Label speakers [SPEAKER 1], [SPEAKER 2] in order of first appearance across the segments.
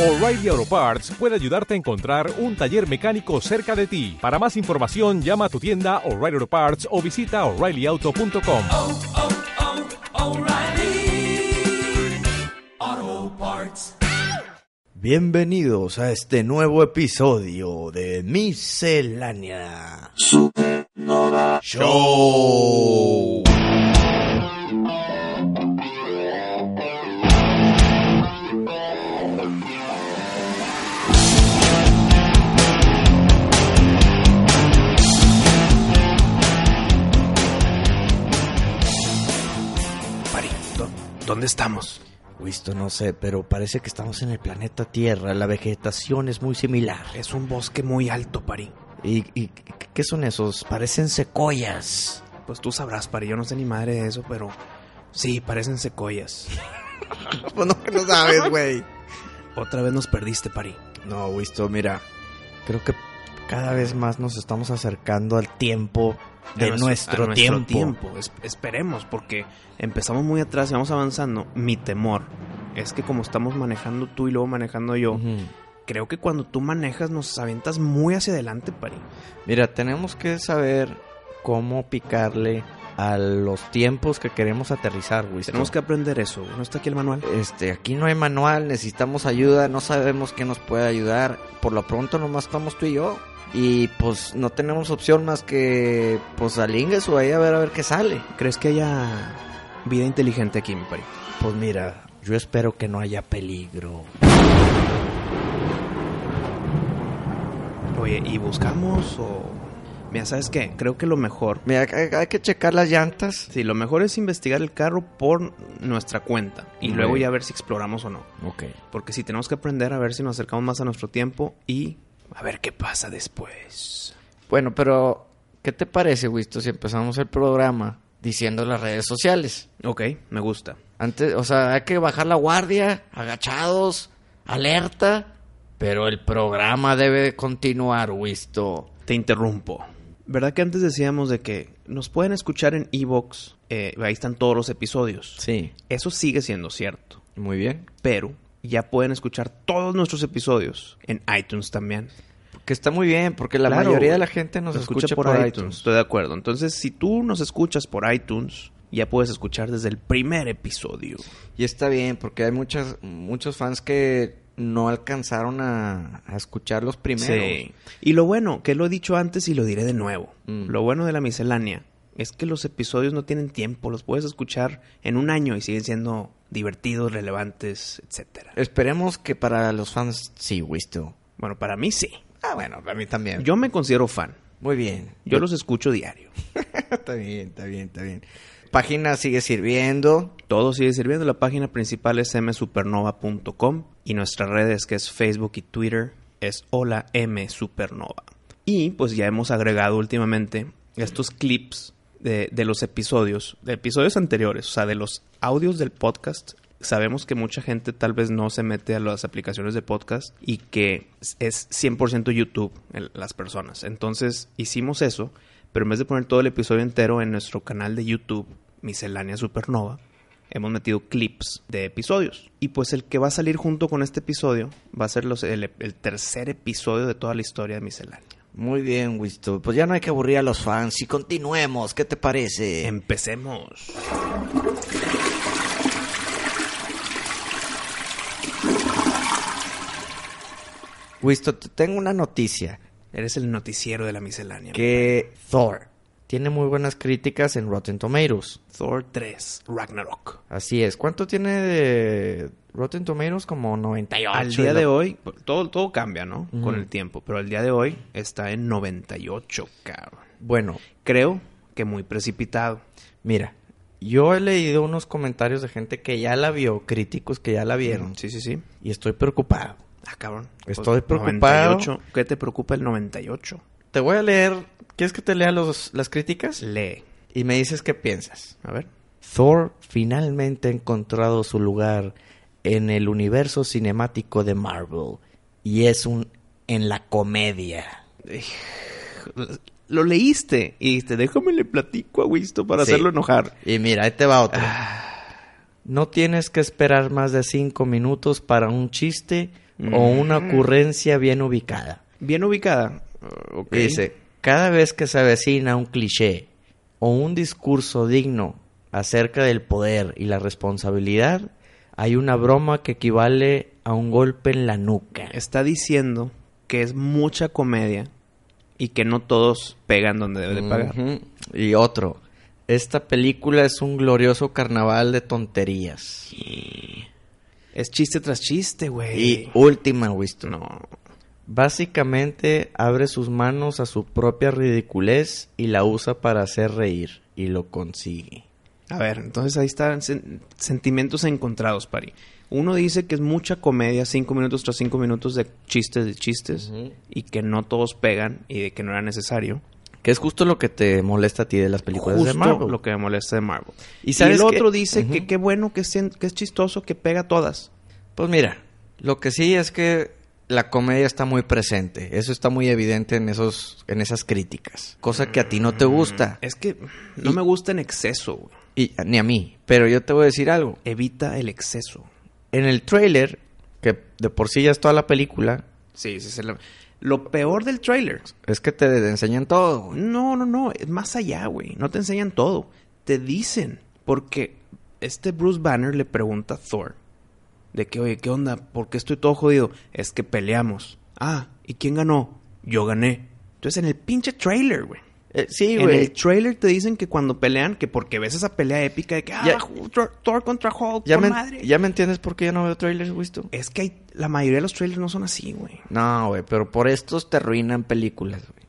[SPEAKER 1] O'Reilly Auto Parts puede ayudarte a encontrar un taller mecánico cerca de ti. Para más información, llama a tu tienda O'Reilly Auto Parts o visita oreillyauto.com.
[SPEAKER 2] Bienvenidos a este nuevo episodio de Miscelánea Show.
[SPEAKER 3] Pari, ¿dó- ¿dónde estamos?
[SPEAKER 2] Listo, no sé, pero parece que estamos en el planeta Tierra. La vegetación es muy similar.
[SPEAKER 3] Es un bosque muy alto, Pari.
[SPEAKER 2] ¿Y, y qué son esos? Parecen secoyas.
[SPEAKER 3] Pues tú sabrás, Pari, yo no sé ni madre de eso, pero sí, parecen secoyas.
[SPEAKER 2] Pues no, que no sabes, güey.
[SPEAKER 3] Otra vez nos perdiste, Pari.
[SPEAKER 2] No, Wisto, mira. Creo que cada vez más nos estamos acercando al tiempo de
[SPEAKER 3] A
[SPEAKER 2] nuestro,
[SPEAKER 3] a
[SPEAKER 2] tiempo.
[SPEAKER 3] Es- esperemos, porque empezamos muy atrás y vamos avanzando. Mi temor es que como estamos manejando tú y luego manejando yo,
[SPEAKER 2] Ujú.
[SPEAKER 3] creo que cuando tú manejas nos aventas muy hacia adelante, Pari.
[SPEAKER 2] Mira, tenemos que saber cómo picarle a los tiempos que queremos aterrizar, Wisto.
[SPEAKER 3] Tenemos que aprender eso. ¿No está aquí el manual?
[SPEAKER 2] Este, aquí no hay manual, necesitamos ayuda, no sabemos qué nos puede ayudar. Por lo pronto nomás estamos tú y yo. Y pues no tenemos opción más que pues al o ahí a ver a ver qué sale.
[SPEAKER 3] ¿Crees que haya vida inteligente aquí, mi Pari?
[SPEAKER 2] Pues mira, yo espero que no haya peligro.
[SPEAKER 3] Oye, ¿y buscamos o...? Mira, ¿sabes qué? Creo que lo mejor...
[SPEAKER 2] Mira, hay, hay que checar las llantas.
[SPEAKER 3] Sí, lo mejor es investigar el carro por nuestra cuenta. Y
[SPEAKER 2] Muy
[SPEAKER 3] luego
[SPEAKER 2] bien.
[SPEAKER 3] ya ver si exploramos o no.
[SPEAKER 2] Ok.
[SPEAKER 3] Porque si tenemos que aprender a ver si nos acercamos más a nuestro tiempo y... A ver qué pasa después.
[SPEAKER 2] Bueno, pero ¿qué te parece, Wisto, si empezamos el programa diciendo las redes sociales?
[SPEAKER 3] Ok, me gusta.
[SPEAKER 2] Antes, o sea, hay que bajar la guardia, agachados, alerta, pero el programa debe de continuar, Wisto.
[SPEAKER 3] Te interrumpo. ¿Verdad que antes decíamos de que nos pueden escuchar en Evox? Eh, ahí están todos los episodios.
[SPEAKER 2] Sí,
[SPEAKER 3] Eso sigue siendo cierto.
[SPEAKER 2] muy bien.
[SPEAKER 3] Pero ya pueden escuchar todos nuestros episodios en iTunes también.
[SPEAKER 2] Que está muy bien, porque la
[SPEAKER 3] Claro,
[SPEAKER 2] mayoría de
[SPEAKER 3] güey.
[SPEAKER 2] la gente nos
[SPEAKER 3] Lo
[SPEAKER 2] escucha, por, iTunes.
[SPEAKER 3] Estoy de acuerdo. Entonces, si tú nos escuchas por iTunes, ya puedes escuchar desde el primer episodio.
[SPEAKER 2] Y está bien, porque hay muchas, muchos fans que no alcanzaron a, a escuchar los primeros.
[SPEAKER 3] Sí. Y lo bueno, que lo he dicho antes y lo diré de nuevo.
[SPEAKER 2] Mm.
[SPEAKER 3] Lo bueno de la miscelánea es que los episodios no tienen tiempo. Los puedes escuchar en un año y siguen siendo divertidos, relevantes, etcétera.
[SPEAKER 2] Esperemos que para los fans sí, Wisto.
[SPEAKER 3] Bueno, para mí sí.
[SPEAKER 2] Ah, bueno, para mí también.
[SPEAKER 3] Yo me considero fan.
[SPEAKER 2] Muy bien.
[SPEAKER 3] Yo los escucho diario.
[SPEAKER 2] está bien, está bien, está bien. Página sigue sirviendo.
[SPEAKER 3] Todo sigue sirviendo. La página principal es msupernova.com y nuestras redes que es Facebook y Twitter es hola msupernova. Y pues ya hemos agregado últimamente estos clips de, de los episodios, de episodios anteriores, o sea, de los audios del podcast. Sabemos que mucha gente tal vez no se mete a las aplicaciones de podcast y que es- es 100% YouTube el- las personas. Entonces hicimos eso, pero en vez de poner todo el episodio entero en nuestro canal de YouTube, Miscelánea Supernova, hemos metido clips de episodios. Y pues el que va a salir junto con este episodio va a ser los- el, el tercer episodio de toda la historia de Miscelánea.
[SPEAKER 2] Muy bien, Wisto. Pues ya no hay que aburrir a los fans y continuemos. ¿Qué te parece?
[SPEAKER 3] Em. Empecemos.
[SPEAKER 2] Wisto, te tengo una noticia.
[SPEAKER 3] Eres el noticiero de la Miscelánea.
[SPEAKER 2] Que Thor tiene muy buenas críticas en Rotten Tomatoes.
[SPEAKER 3] Thor 3, Ragnarok.
[SPEAKER 2] Así es. ¿Cuánto tiene de Rotten Tomatoes? Como 98.
[SPEAKER 3] Al día de hoy, todo, todo cambia, ¿no?
[SPEAKER 2] Ujú.
[SPEAKER 3] Con el tiempo, pero al día de hoy está en 98, cabrón.
[SPEAKER 2] Bueno,
[SPEAKER 3] Creo que muy precipitado.
[SPEAKER 2] mira. Yo he leído unos comentarios de gente que ya la vio, críticos que ya la vieron.
[SPEAKER 3] Sí, sí, sí.
[SPEAKER 2] Y estoy preocupado.
[SPEAKER 3] Ah, cabrón. Pues,
[SPEAKER 2] Estoy preocupado.
[SPEAKER 3] 98. ¿Qué te preocupa el 98?
[SPEAKER 2] Te voy a leer. ¿Quieres que te lea los, las críticas?
[SPEAKER 3] Lee.
[SPEAKER 2] Y me dices qué piensas.
[SPEAKER 3] A ver.
[SPEAKER 2] Thor finalmente ha encontrado su lugar en el universo cinemático de Marvel y es un en la comedia.
[SPEAKER 3] Lo leíste y dijiste, déjame le platico a Wisto para
[SPEAKER 2] Sí.
[SPEAKER 3] hacerlo enojar.
[SPEAKER 2] Y mira, ahí te va otro. Ah, No tienes que esperar más de cinco minutos para un chiste o una ocurrencia bien ubicada.
[SPEAKER 3] Bien ubicada.
[SPEAKER 2] Ah,
[SPEAKER 3] Ok.
[SPEAKER 2] Dice, cada vez que se avecina un cliché o un discurso digno acerca del poder y la responsabilidad, hay una broma que equivale a un golpe en la nuca.
[SPEAKER 3] Está diciendo que es mucha comedia y que no todos pegan donde debe de pagar.
[SPEAKER 2] Ujú. Y otro, esta película es un glorioso carnaval de tonterías.
[SPEAKER 3] Es chiste tras chiste, güey.
[SPEAKER 2] Y uh, última, Winston.
[SPEAKER 3] No.
[SPEAKER 2] Básicamente abre sus manos a su propia ridiculez y la usa para hacer reír. Y lo consigue.
[SPEAKER 3] A ver, entonces ahí están sen- sentimientos encontrados, Pari. Uno dice que es mucha comedia, cinco minutos tras cinco minutos de chistes de chistes, y que no todos pegan y de que no era necesario.
[SPEAKER 2] Que es justo lo que te molesta a ti de las películas
[SPEAKER 3] Justo
[SPEAKER 2] de Marvel.
[SPEAKER 3] lo que me molesta de Marvel.
[SPEAKER 2] Y
[SPEAKER 3] Y,
[SPEAKER 2] ¿sabes
[SPEAKER 3] el
[SPEAKER 2] qué?
[SPEAKER 3] otro dice que
[SPEAKER 2] Ujú.
[SPEAKER 3] qué bueno, que es, cien- que es chistoso, que pega todas.
[SPEAKER 2] Pues mira, lo que sí es que la comedia está muy presente. Eso está muy evidente en, esos, en esas críticas. Cosa que a ti no te gusta.
[SPEAKER 3] Mm. Es que no
[SPEAKER 2] Y-
[SPEAKER 3] me gusta en exceso, güey.
[SPEAKER 2] Y, ni a mí. Pero yo te voy a decir algo.
[SPEAKER 3] Evita el exceso.
[SPEAKER 2] En el trailer, que de por sí ya es toda la película,
[SPEAKER 3] Sí, sí, se la- Lo peor del tráiler.
[SPEAKER 2] es que te enseñan todo. güey.
[SPEAKER 3] No, no, no. Es más allá, güey. No te enseñan todo. Te dicen. Porque este Bruce Banner le pregunta a Thor. De que, oye, ¿qué onda? ¿Por qué estoy todo jodido? Es que peleamos. Ah, ¿y quién ganó? Yo gané. Entonces en el pinche trailer, güey.
[SPEAKER 2] Eh, sí,
[SPEAKER 3] en
[SPEAKER 2] güey.
[SPEAKER 3] el trailer te dicen que cuando pelean, que porque ves esa pelea épica de que, ah,
[SPEAKER 2] Ya-
[SPEAKER 3] Thor, Thor contra Hulk,
[SPEAKER 2] ¿Ya
[SPEAKER 3] con
[SPEAKER 2] me,
[SPEAKER 3] madre.
[SPEAKER 2] ya me entiendes por qué yo no veo trailers, Wisto?
[SPEAKER 3] Es que hay- la mayoría de los trailers no son así, güey.
[SPEAKER 2] No, güey, pero por estos te arruinan películas, güey.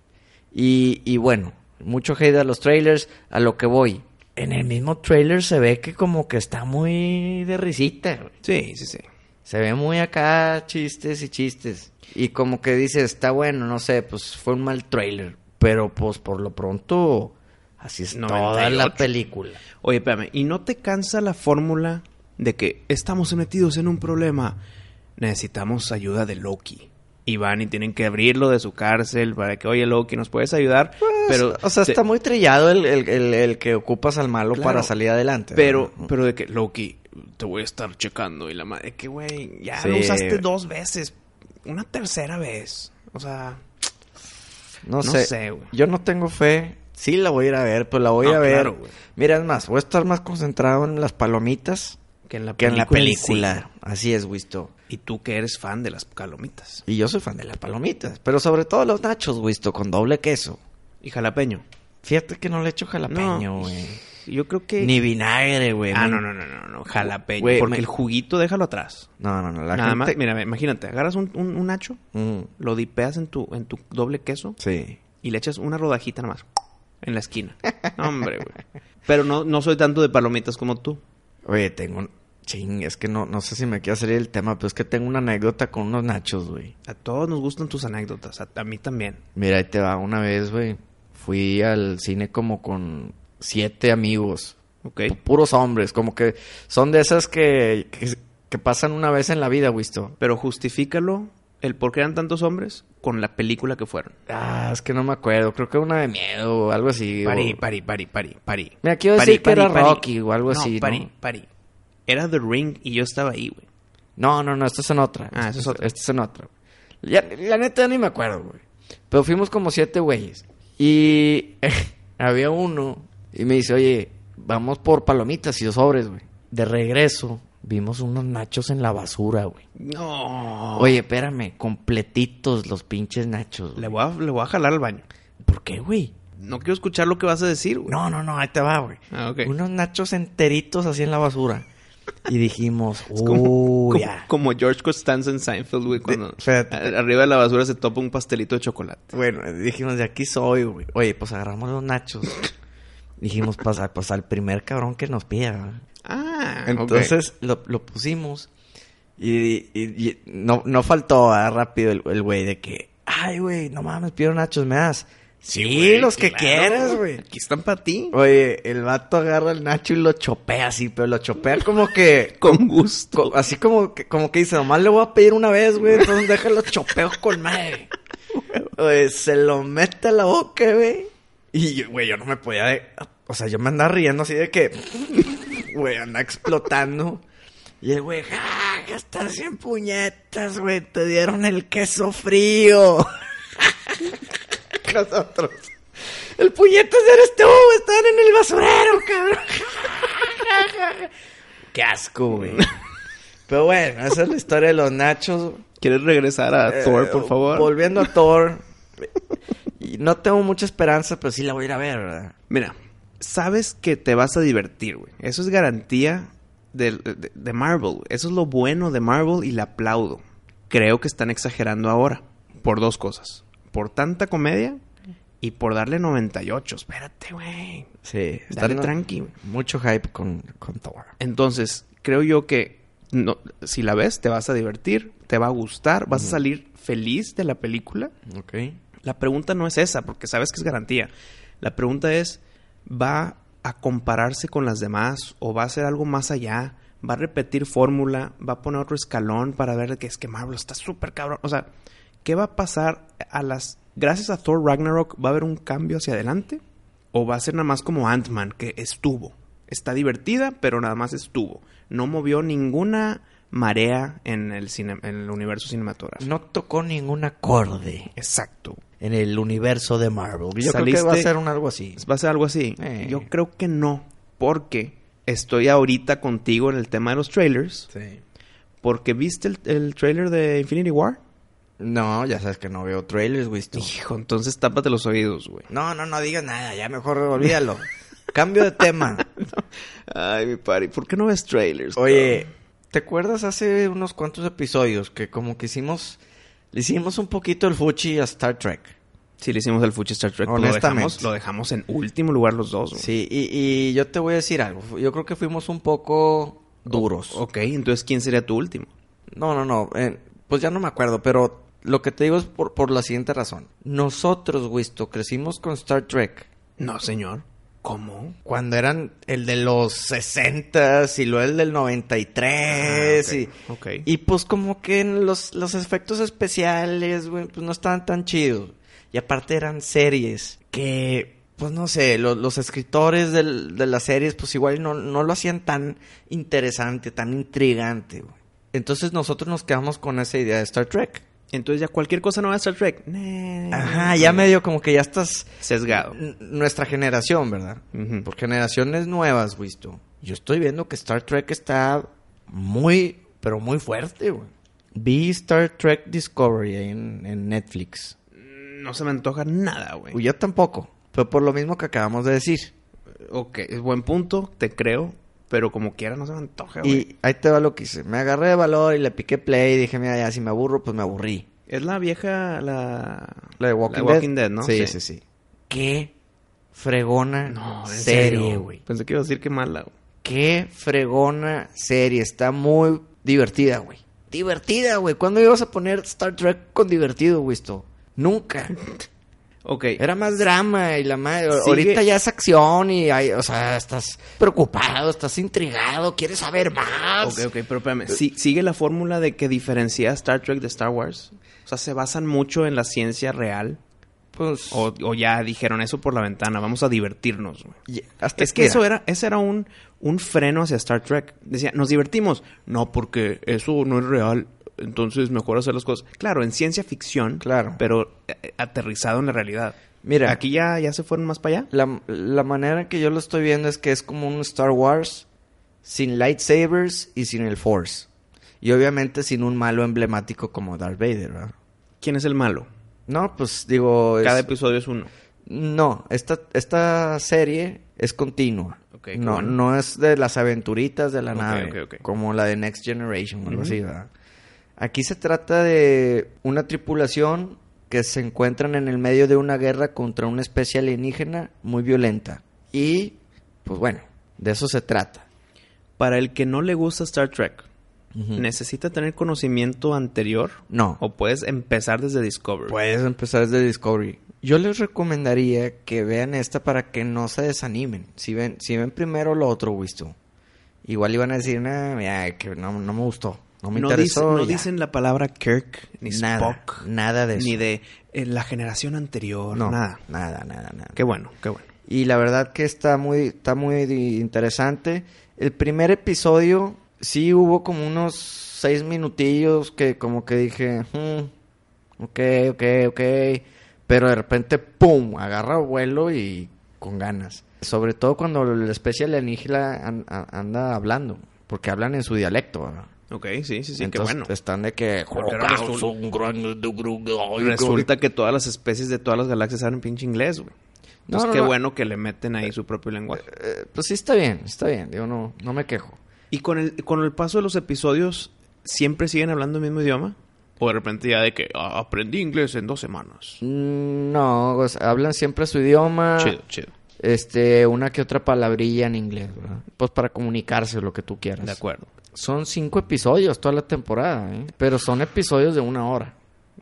[SPEAKER 2] Y, y bueno, mucho hate a los trailers, a lo que voy. En el mismo trailer se ve que como que está muy de risita, güey.
[SPEAKER 3] Sí, sí, sí.
[SPEAKER 2] Se ve muy acá chistes y chistes. Y como que dice, está bueno, no sé, pues fue un mal trailer. Pero pues por lo pronto, así es toda la
[SPEAKER 3] 98.
[SPEAKER 2] película.
[SPEAKER 3] Oye, espérame, ¿y no te cansa la fórmula de que estamos metidos en un problema? Necesitamos ayuda de Loki. Y van y tienen que abrirlo de su cárcel para que, oye, Loki, ¿nos puedes ayudar?
[SPEAKER 2] pero, Pues, o sea,
[SPEAKER 3] te-
[SPEAKER 2] está muy trillado el, el- el- el que ocupas al malo
[SPEAKER 3] Claro.
[SPEAKER 2] para salir adelante.
[SPEAKER 3] Pero,
[SPEAKER 2] ¿no?
[SPEAKER 3] pero de que, Loki, te voy a estar checando. Y la madre, que, güey, ya lo
[SPEAKER 2] Sí.
[SPEAKER 3] usaste dos veces. Una tercera vez. O sea,
[SPEAKER 2] no,
[SPEAKER 3] no
[SPEAKER 2] sé.
[SPEAKER 3] sé, güey.
[SPEAKER 2] Yo no tengo fe. Sí la voy a ir a ver, pero la voy
[SPEAKER 3] No,
[SPEAKER 2] a ver.
[SPEAKER 3] claro, güey.
[SPEAKER 2] Mira, es más, voy a estar más concentrado en las palomitas
[SPEAKER 3] que en la
[SPEAKER 2] que en la
[SPEAKER 3] en sí.
[SPEAKER 2] película. Así es, Wisto.
[SPEAKER 3] Y tú que eres fan de las calomitas.
[SPEAKER 2] Y yo soy fan de las palomitas, pero sobre todo los nachos, Wisto, con doble queso.
[SPEAKER 3] Y jalapeño.
[SPEAKER 2] Fíjate que no le echo jalapeño, güey.
[SPEAKER 3] Yo creo que...
[SPEAKER 2] Ni vinagre, güey.
[SPEAKER 3] Ah,
[SPEAKER 2] Me-
[SPEAKER 3] no, no, no, no, no, jalapeño.
[SPEAKER 2] Güey,
[SPEAKER 3] porque
[SPEAKER 2] me-
[SPEAKER 3] el juguito déjalo atrás.
[SPEAKER 2] No, no, no. La
[SPEAKER 3] Nada
[SPEAKER 2] gente...
[SPEAKER 3] más, mira, imagínate, agarras un, un, un nacho,
[SPEAKER 2] Mm,
[SPEAKER 3] lo dipeas en tu, en tu doble queso
[SPEAKER 2] sí.
[SPEAKER 3] y le echas una rodajita nada más en la esquina. Hombre, güey. Pero no, no soy tanto de palomitas como tú.
[SPEAKER 2] Oye, tengo un... Ching, es que no, no sé si me quiero salir del tema, pero es que tengo una anécdota con unos nachos, güey.
[SPEAKER 3] A todos nos gustan tus anécdotas, a, a mí también.
[SPEAKER 2] Mira, ahí te va una vez, güey. Fui al cine como con siete amigos.
[SPEAKER 3] ¿Ok?
[SPEAKER 2] pu- Puros hombres, como que son de esas que, que, que pasan una vez en la vida, Wisto.
[SPEAKER 3] Pero justifícalo el por qué eran tantos hombres con la película que fueron.
[SPEAKER 2] Ah, es que no me acuerdo. Creo que una de miedo o algo así. o-
[SPEAKER 3] Pari, pari, pari, pari, pari.
[SPEAKER 2] Mira, quiero
[SPEAKER 3] Pari,
[SPEAKER 2] decir que
[SPEAKER 3] pari,
[SPEAKER 2] era
[SPEAKER 3] pari.
[SPEAKER 2] Rocky o algo así, ¿no?
[SPEAKER 3] Pari, pari. Era The Ring y yo estaba ahí, güey.
[SPEAKER 2] No, no, no, esto es en otra.
[SPEAKER 3] Ah, eso es otra.
[SPEAKER 2] Esto es en otra. Ya, la neta ni me acuerdo, güey. Pero fuimos como siete güeyes. Y había uno y me dice, oye, vamos por palomitas y dos sobres, güey. De regreso, vimos unos nachos en la basura, güey.
[SPEAKER 3] No.
[SPEAKER 2] Oye, espérame, completitos los pinches nachos.
[SPEAKER 3] Le
[SPEAKER 2] güey.
[SPEAKER 3] voy, a, le voy a jalar al baño.
[SPEAKER 2] ¿Por qué, güey?
[SPEAKER 3] No quiero escuchar lo que vas a decir, güey.
[SPEAKER 2] No, no, no, ahí te va, güey.
[SPEAKER 3] Ah, ok.
[SPEAKER 2] Unos nachos enteritos así en la basura. Y dijimos, uy,
[SPEAKER 3] Es como, como-
[SPEAKER 2] ya.
[SPEAKER 3] como George Costanza en Seinfeld, güey, cuando
[SPEAKER 2] espérate.
[SPEAKER 3] a- arriba de la basura se topa un pastelito de chocolate.
[SPEAKER 2] Bueno, dijimos, de aquí soy, güey. Oye, pues agarramos los nachos. dijimos, pues, a- pues al primer cabrón que nos pida. ¿verdad?
[SPEAKER 3] Ah,
[SPEAKER 2] Entonces lo, lo pusimos y, y- y no, no faltó ¿verdad? rápido el el güey de que, ay, güey, no mames, pido nachos, me das. Sí, los que quieras, güey.
[SPEAKER 3] Aquí están para ti.
[SPEAKER 2] Oye, el vato agarra el nacho y lo chopea así, pero lo chopea como que...
[SPEAKER 3] Con gusto.
[SPEAKER 2] co- así como que, como que dice, nomás le voy a pedir una vez, güey, entonces déjalo chopeo con madre. Oye, se lo mete a la boca, güey. Y, yo, güey, yo no me podía... de- O sea, yo me andaba riendo así de que... Güey, anda explotando. Y el güey, ja, gastar 100 puñetas, güey. Te dieron el queso frío. Nosotros. El puñetas eres tú, están en el basurero, cabrón. Qué asco, güey. Pero bueno, esa es la historia de los nachos.
[SPEAKER 3] ¿Quieres regresar a
[SPEAKER 2] Eh,
[SPEAKER 3] Thor, por favor?
[SPEAKER 2] Volviendo a Thor. Y no tengo mucha esperanza, pero sí la voy a ir a ver, ¿verdad?
[SPEAKER 3] Mira, sabes que te vas a divertir, güey. Eso es garantía del- de, de Marvel. güey. Eso es lo bueno de Marvel y le aplaudo. Creo que están exagerando ahora. Por dos cosas. Por tanta comedia y por darle 98. Espérate, güey.
[SPEAKER 2] Sí.
[SPEAKER 3] Dale tranqui, güey.
[SPEAKER 2] Mucho hype con, con Thor.
[SPEAKER 3] Entonces, creo yo que no- si la ves, te vas a divertir, te va a gustar, vas a salir feliz de la película.
[SPEAKER 2] Ok.
[SPEAKER 3] La pregunta no es esa, porque sabes que es garantía. La pregunta es, ¿va a compararse con las demás o va a hacer algo más allá? ¿Va a repetir fórmula? ¿Va a poner otro escalón para ver que es que Marvel está súper cabrón? O sea, ¿qué va a pasar a las... Gracias a Thor Ragnarok, ¿va a haber un cambio hacia adelante? ¿O va a ser nada más como Ant-Man, que estuvo? Está divertida, pero nada más estuvo. No movió ninguna marea en el, cine- en el universo cinematográfico.
[SPEAKER 2] No tocó ningún acorde
[SPEAKER 3] Exacto.
[SPEAKER 2] en el universo de Marvel. Yo creo
[SPEAKER 3] Saliste-
[SPEAKER 2] que va a ser un algo así.
[SPEAKER 3] ¿Va a ser algo así?
[SPEAKER 2] Eh.
[SPEAKER 3] Yo creo que no, porque estoy ahorita contigo en el tema de los trailers,
[SPEAKER 2] Sí.
[SPEAKER 3] porque viste el, el trailer de Infinity War.
[SPEAKER 2] No, ya sabes que no veo trailers, güey. tú.
[SPEAKER 3] Hijo, entonces tápate los oídos, güey.
[SPEAKER 2] No, no, no digas nada. Ya mejor olvídalo. Cambio de tema.
[SPEAKER 3] Ay, mi pari, ¿por qué no ves trailers?
[SPEAKER 2] Oye, ¿te acuerdas hace unos cuantos episodios que como que hicimos... Le hicimos un poquito el fuchi a Star Trek.
[SPEAKER 3] Si le hicimos el Fuchi Star Trek, pero
[SPEAKER 2] Honestamente.
[SPEAKER 3] Lo, dejamos, lo dejamos en último lugar los dos. güey.
[SPEAKER 2] Sí, y, y yo te voy a decir algo. Yo creo que fuimos un poco duros.
[SPEAKER 3] Ok, entonces ¿quién sería tu último?
[SPEAKER 2] No, no, no. eh, pues ya no me acuerdo, pero lo que te digo es por, por la siguiente razón. Nosotros, Wisto, crecimos con Star Trek
[SPEAKER 3] No, señor. ¿Cómo?
[SPEAKER 2] cuando eran el de los 60 y luego el del 93
[SPEAKER 3] Ah,
[SPEAKER 2] y,
[SPEAKER 3] ok, ok.
[SPEAKER 2] y pues como que en los, los efectos especiales, güey, pues no estaban tan chidos. Y aparte eran series que, pues no sé, lo- los escritores del- de las series pues igual no, no lo hacían tan interesante, tan intrigante, güey. Entonces nosotros nos quedamos con esa idea de Star Trek.
[SPEAKER 3] Entonces ya cualquier cosa nueva de Star Trek. Nah.
[SPEAKER 2] Ajá, ya medio como que ya estás
[SPEAKER 3] Sesgado.
[SPEAKER 2] n- nuestra generación, ¿verdad?
[SPEAKER 3] Ujú.
[SPEAKER 2] Por generaciones nuevas, visto. Yo estoy viendo que Star Trek está muy, pero muy fuerte, güey. Vi Star Trek Discovery ahí en, en Netflix.
[SPEAKER 3] No se me antoja nada, güey.
[SPEAKER 2] Yo tampoco, pero por lo mismo que acabamos de decir.
[SPEAKER 3] Ok, es buen punto, te creo, pero como quiera no se me antoja, güey.
[SPEAKER 2] Y ahí te va lo que hice. Me agarré de valor y le piqué play y dije, mira, ya si me aburro, pues me aburrí.
[SPEAKER 3] Es la vieja, la...
[SPEAKER 2] La de Walking,
[SPEAKER 3] Dead, ¿no?
[SPEAKER 2] Sí, sí, sí. Qué fregona
[SPEAKER 3] No, en
[SPEAKER 2] serie,
[SPEAKER 3] serio.
[SPEAKER 2] güey.
[SPEAKER 3] Pensé que iba a decir que mala, güey.
[SPEAKER 2] Qué fregona serie. Está muy divertida, güey. Divertida, güey. ¿Cuándo ibas a poner Star Trek con divertido, Wisto? Nunca.
[SPEAKER 3] Ok,
[SPEAKER 2] Era más drama y la madre.
[SPEAKER 3] Sigue.
[SPEAKER 2] Ahorita ya es acción y hay, o sea, estás preocupado, estás intrigado, quieres saber más.
[SPEAKER 3] ok, ok, pero espérame. Sí, ¿Sigue la fórmula de que diferencia a Star Trek de Star Wars? O sea, ¿se basan mucho en la ciencia real?
[SPEAKER 2] Pues,
[SPEAKER 3] ¿O, o ya dijeron eso por la ventana? Vamos a divertirnos, güey.
[SPEAKER 2] y- hasta
[SPEAKER 3] Es que eso era, ese era un, un freno hacia Star Trek. Decía, nos divertimos. No, porque eso no es real. Entonces mejor hacer las cosas. Claro, en ciencia ficción.
[SPEAKER 2] Claro.
[SPEAKER 3] Pero eh, aterrizado en la realidad.
[SPEAKER 2] Mira.
[SPEAKER 3] Aquí ya, ya se fueron más para allá.
[SPEAKER 2] La, la manera en que yo lo estoy viendo es que es como un Star Wars sin lightsabers y sin el Force. Y obviamente sin un malo emblemático como Darth Vader, ¿verdad?
[SPEAKER 3] ¿Quién es el malo?
[SPEAKER 2] No, pues digo... es-
[SPEAKER 3] Cada episodio es uno.
[SPEAKER 2] No, esta, esta serie es continua.
[SPEAKER 3] Ok, qué
[SPEAKER 2] no,
[SPEAKER 3] bueno.
[SPEAKER 2] no es de las aventuritas de la
[SPEAKER 3] Ok,
[SPEAKER 2] nave,
[SPEAKER 3] ok, ok.
[SPEAKER 2] como la de Next Generation o algo así, ¿verdad? Aquí se trata de una tripulación que se encuentran en el medio de una guerra contra una especie alienígena muy violenta. Y, pues bueno, de eso se trata.
[SPEAKER 3] Para el que no le gusta Star Trek, ¿necesita tener conocimiento anterior?
[SPEAKER 2] No. Pues,
[SPEAKER 3] ¿O puedes empezar desde Discovery?
[SPEAKER 2] Puedes empezar desde Discovery. Yo les recomendaría que vean esta para que no se desanimen. Si ven, si ven primero lo otro, Wisto. Igual iban a decir, nah, mira, que no, no me gustó. No me
[SPEAKER 3] no,
[SPEAKER 2] interesó.
[SPEAKER 3] dicen- no
[SPEAKER 2] ya".
[SPEAKER 3] dicen la palabra Kirk, ni
[SPEAKER 2] nada,
[SPEAKER 3] Spock,
[SPEAKER 2] nada de eso.
[SPEAKER 3] ni de eh, la generación anterior,
[SPEAKER 2] No,
[SPEAKER 3] nada.
[SPEAKER 2] Nada, nada, nada.
[SPEAKER 3] Qué bueno, qué bueno.
[SPEAKER 2] Y la verdad que está muy, está muy di- interesante. El primer episodio sí hubo como unos seis minutillos que como que dije, "Hmm, ok, ok, ok. Pero de repente, ¡pum! Agarra vuelo y con ganas. Sobre todo cuando la especie alienígena an- a- anda hablando, porque hablan en su dialecto. ¿verdad?
[SPEAKER 3] Ok, sí, sí, sí, qué
[SPEAKER 2] Entonces,
[SPEAKER 3] bueno.
[SPEAKER 2] Están de que...
[SPEAKER 3] Porque resulta, resulta que todas las especies de todas las galaxias hablan pinche inglés, güey. Entonces,
[SPEAKER 2] no,
[SPEAKER 3] qué
[SPEAKER 2] no.
[SPEAKER 3] bueno que le meten ahí su propio lenguaje.
[SPEAKER 2] Eh, pues sí, está bien, está bien. Digo, no, no me quejo.
[SPEAKER 3] ¿Y con el, con el paso de los episodios, siempre siguen hablando el mismo idioma? ¿O de repente ya de que "Ah, aprendí inglés en dos semanas?
[SPEAKER 2] Mm, No, o sea, hablan siempre su idioma.
[SPEAKER 3] Chido, chido.
[SPEAKER 2] Este, una que otra palabrilla en inglés, ¿verdad? Pues para comunicarse lo que tú quieras.
[SPEAKER 3] De acuerdo.
[SPEAKER 2] Son cinco episodios toda la temporada, ¿eh? Pero son episodios de una hora.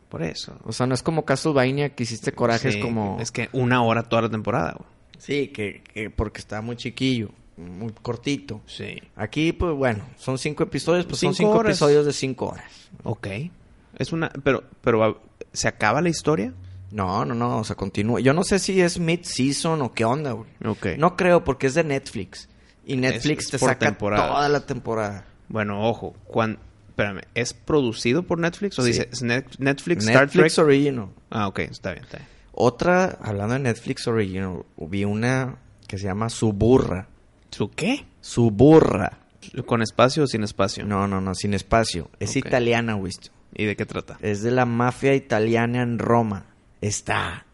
[SPEAKER 3] Por eso.
[SPEAKER 2] O sea, no es como Castlevania que hiciste corajes
[SPEAKER 3] Sí,
[SPEAKER 2] como...
[SPEAKER 3] Es que una hora toda la temporada, güey.
[SPEAKER 2] Sí, que, que porque está muy chiquillo, muy cortito.
[SPEAKER 3] Sí.
[SPEAKER 2] Aquí, pues bueno, son cinco episodios, pues son
[SPEAKER 3] Cinco
[SPEAKER 2] cinco
[SPEAKER 3] horas.
[SPEAKER 2] episodios de cinco horas.
[SPEAKER 3] Ok. Es una... Pero, pero ah, ¿se acaba la historia?
[SPEAKER 2] No, no, no, o sea, continúa. Yo no sé si es mid-season o qué onda, güey.
[SPEAKER 3] Ok.
[SPEAKER 2] No creo, porque es de Netflix. Y Netflix
[SPEAKER 3] es
[SPEAKER 2] te
[SPEAKER 3] por
[SPEAKER 2] saca
[SPEAKER 3] temporadas.
[SPEAKER 2] toda la temporada.
[SPEAKER 3] Bueno, ojo. Cuando... Espérame. ¿Es producido por Netflix o
[SPEAKER 2] Sí.
[SPEAKER 3] dice es Net- Netflix, Star Trek?
[SPEAKER 2] Netflix Original.
[SPEAKER 3] Ah, ok. Está bien, está bien.
[SPEAKER 2] Otra, hablando de Netflix Original, vi una que se llama Suburra.
[SPEAKER 3] ¿Su qué?
[SPEAKER 2] Suburra.
[SPEAKER 3] ¿Con espacio o sin espacio?
[SPEAKER 2] No, no, no, sin espacio. Es
[SPEAKER 3] Ok.
[SPEAKER 2] italiana, Wisto.
[SPEAKER 3] ¿Y de qué trata?
[SPEAKER 2] Es de la mafia italiana en Roma. Está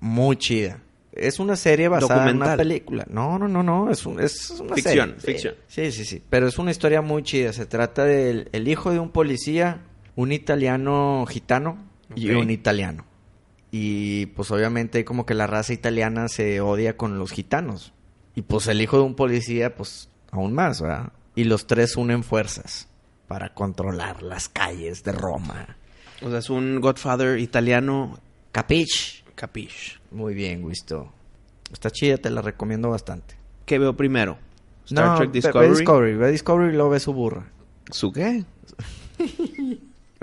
[SPEAKER 2] muy chida. Es una serie basada en una
[SPEAKER 3] Documental.
[SPEAKER 2] película. No, no, no, no. Es, un- es una
[SPEAKER 3] Ficción,
[SPEAKER 2] serie.
[SPEAKER 3] ficción.
[SPEAKER 2] Sí, sí, sí. Pero es una historia muy chida. Se trata del el hijo de un policía, un italiano gitano y
[SPEAKER 3] Ok.
[SPEAKER 2] un italiano. Y pues obviamente como que la raza italiana se odia con los gitanos. Y pues el hijo de un policía, pues aún más, ¿verdad? Y los tres unen fuerzas para controlar las calles de Roma.
[SPEAKER 3] O sea, es un Godfather italiano
[SPEAKER 2] Capich.
[SPEAKER 3] capiche.
[SPEAKER 2] Muy bien, Wisto. Está chida, te la recomiendo bastante.
[SPEAKER 3] ¿Qué veo primero? Star
[SPEAKER 2] No,
[SPEAKER 3] Trek
[SPEAKER 2] ve-
[SPEAKER 3] Discovery.
[SPEAKER 2] Ve Discovery, ve Discovery y luego ve su burra.
[SPEAKER 3] ¿Su qué?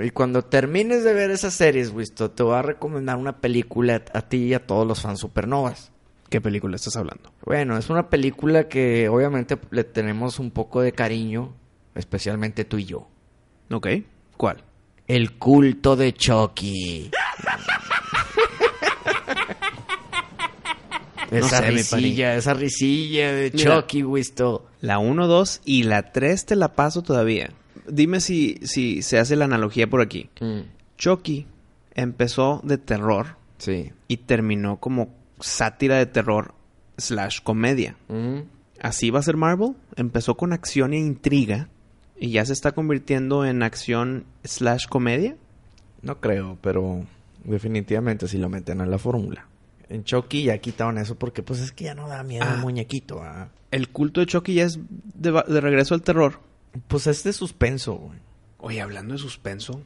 [SPEAKER 2] Y cuando termines de ver esas series, Wisto, te voy a recomendar una película a ti y a todos los fans supernovas.
[SPEAKER 3] ¿Qué película estás hablando?
[SPEAKER 2] Bueno, es una película que obviamente le tenemos un poco de cariño, especialmente tú y yo.
[SPEAKER 3] Ok. ¿Cuál?
[SPEAKER 2] El culto de Chucky. esa
[SPEAKER 3] sé, mi
[SPEAKER 2] risilla, esa risilla de
[SPEAKER 3] Mira.
[SPEAKER 2] Chucky, Wisto.
[SPEAKER 3] La 1, 2 y la 3 te la paso todavía. Dime si, si se hace la analogía por aquí. Chucky empezó de terror
[SPEAKER 2] Sí.
[SPEAKER 3] y terminó como sátira de terror slash comedia. Así va a ser Marvel. Empezó con acción e intriga y ya se está convirtiendo en acción slash comedia.
[SPEAKER 2] No creo, pero definitivamente si lo meten a la fórmula. En Chucky ya quitaron eso porque pues es que ya no da miedo
[SPEAKER 3] Ah.
[SPEAKER 2] el muñequito. ah.
[SPEAKER 3] El culto de Chucky ya es de, va- de regreso al terror.
[SPEAKER 2] Pues es de suspenso, güey.
[SPEAKER 3] Oye, hablando de suspenso.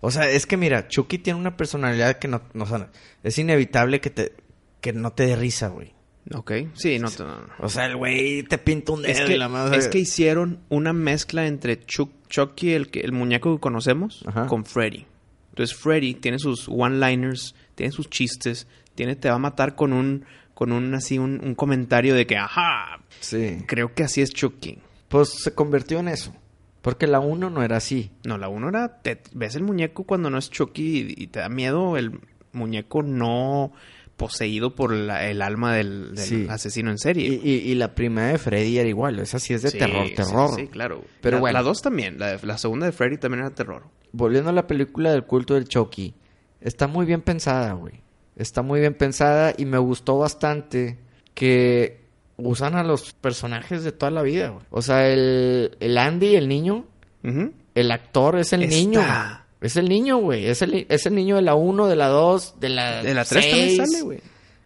[SPEAKER 2] O sea, es que mira, Chucky tiene una personalidad que no, no o sea, es inevitable que te que no te dé risa, güey.
[SPEAKER 3] Ok, sí, no. te- no, no.
[SPEAKER 2] O sea, el güey te pinta un dedo
[SPEAKER 3] Es
[SPEAKER 2] y
[SPEAKER 3] que,
[SPEAKER 2] la eh. madre.
[SPEAKER 3] es que hicieron una mezcla entre Chuck, Chucky, el, que- el muñeco que conocemos,
[SPEAKER 2] Ajá.
[SPEAKER 3] con Freddy. Entonces Freddy tiene sus one-liners, tiene sus chistes, tiene te va a matar con un con un así un, un comentario de que ajá,
[SPEAKER 2] sí.
[SPEAKER 3] creo que así es Chucky.
[SPEAKER 2] Pues se convirtió en eso, porque la 1 no era así.
[SPEAKER 3] No, la uno era te- ves el muñeco cuando no es Chucky y, y te da miedo el muñeco no poseído por la- el alma del, del
[SPEAKER 2] Sí.
[SPEAKER 3] asesino en
[SPEAKER 2] Y,
[SPEAKER 3] serie.
[SPEAKER 2] y, y la primera de Freddy era igual, esa sí es de
[SPEAKER 3] Sí,
[SPEAKER 2] terror,
[SPEAKER 3] sí,
[SPEAKER 2] terror.
[SPEAKER 3] Sí, claro.
[SPEAKER 2] Pero
[SPEAKER 3] Pero la,
[SPEAKER 2] bueno.
[SPEAKER 3] la dos también. La, de- la segunda de Freddy también era terror.
[SPEAKER 2] volviendo a la película del culto del Chucky, está muy bien pensada, güey. Está muy bien pensada y me gustó bastante que usan a los personajes de toda la vida, güey. O sea, el, el Andy, el niño,
[SPEAKER 3] Ujú.
[SPEAKER 2] el actor es el
[SPEAKER 3] Está.
[SPEAKER 2] niño. Es el niño, güey. Es el, es el niño de la 1, de la 2, de la
[SPEAKER 3] De la tres también
[SPEAKER 2] seis.
[SPEAKER 3] sale, güey.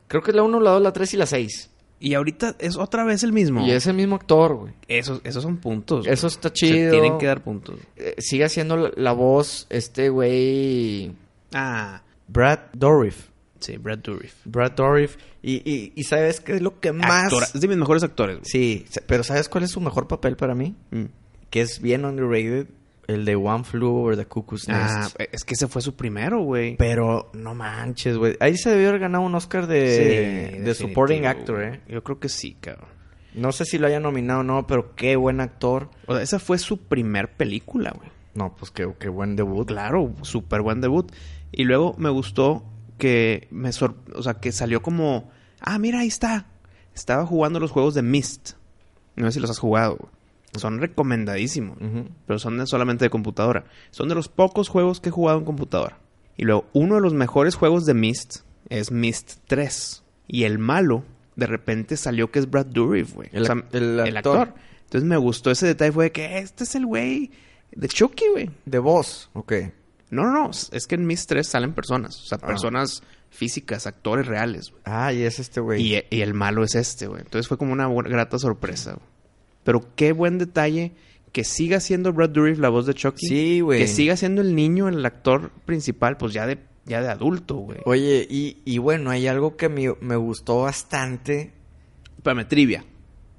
[SPEAKER 2] Creo que es la 1, la 2, la 3 y la 6.
[SPEAKER 3] Y ahorita es otra vez el mismo.
[SPEAKER 2] Y es el mismo actor, güey.
[SPEAKER 3] Esos, esos son puntos. güey.
[SPEAKER 2] Eso está
[SPEAKER 3] Se
[SPEAKER 2] chido.
[SPEAKER 3] tienen que dar puntos.
[SPEAKER 2] Eh, sigue haciendo la, la voz este güey...
[SPEAKER 3] Ah,
[SPEAKER 2] Brad Dorif.
[SPEAKER 3] sí, Brad Dourif.
[SPEAKER 2] Brad Dorif. Y, y, y ¿sabes qué es lo que más...?
[SPEAKER 3] Actora- es de mis mejores actores. güey.
[SPEAKER 2] Sí, sa- pero ¿sabes cuál es su mejor papel para mí?
[SPEAKER 3] Mm.
[SPEAKER 2] Que es bien underrated. El de One Flew Over the Cuckoo's Nest.
[SPEAKER 3] Ah, es que ese fue su primero, güey.
[SPEAKER 2] pero no manches, güey. Ahí se debió haber ganado un Oscar de,
[SPEAKER 3] Sí,
[SPEAKER 2] de Supporting
[SPEAKER 3] definitivo,
[SPEAKER 2] Actor,
[SPEAKER 3] güey.
[SPEAKER 2] ¿eh?
[SPEAKER 3] Yo creo que sí, cabrón.
[SPEAKER 2] No sé si lo haya nominado o no, pero qué buen actor.
[SPEAKER 3] O sea, esa fue su primer película, güey.
[SPEAKER 2] No, pues qué, qué buen debut.
[SPEAKER 3] Claro, súper buen debut. Y luego me gustó que me sor- o sea, que salió como, ah, mira, ahí está. Estaba jugando los juegos de Myst. No sé si los has jugado. Son recomendadísimos,
[SPEAKER 2] Ujú.
[SPEAKER 3] pero son de- solamente de computadora. Son de los pocos juegos que he jugado en computadora. Y luego, uno de los mejores juegos de Myst es Myst 3. Y el malo, de repente salió que es Brad Dourif, güey.
[SPEAKER 2] El
[SPEAKER 3] O sea,
[SPEAKER 2] ac- el actor.
[SPEAKER 3] Entonces me gustó ese detalle, fue de que este es el güey de Chucky, güey.
[SPEAKER 2] De voz. Ok.
[SPEAKER 3] No, no, no. Es que en Mist 3 salen personas. O sea,
[SPEAKER 2] Ah.
[SPEAKER 3] personas físicas, actores reales, güey.
[SPEAKER 2] Ah, y es este güey.
[SPEAKER 3] Y, eh, y el malo es este, güey. Entonces fue como una buena- grata sorpresa, güey. Pero qué buen detalle que siga siendo Brad Dourif la voz de Chucky.
[SPEAKER 2] Sí, güey.
[SPEAKER 3] Que siga siendo el niño, el actor principal, pues ya de, ya de adulto, güey.
[SPEAKER 2] Oye, y, y bueno, hay algo que me, me gustó bastante.
[SPEAKER 3] Espérame, trivia.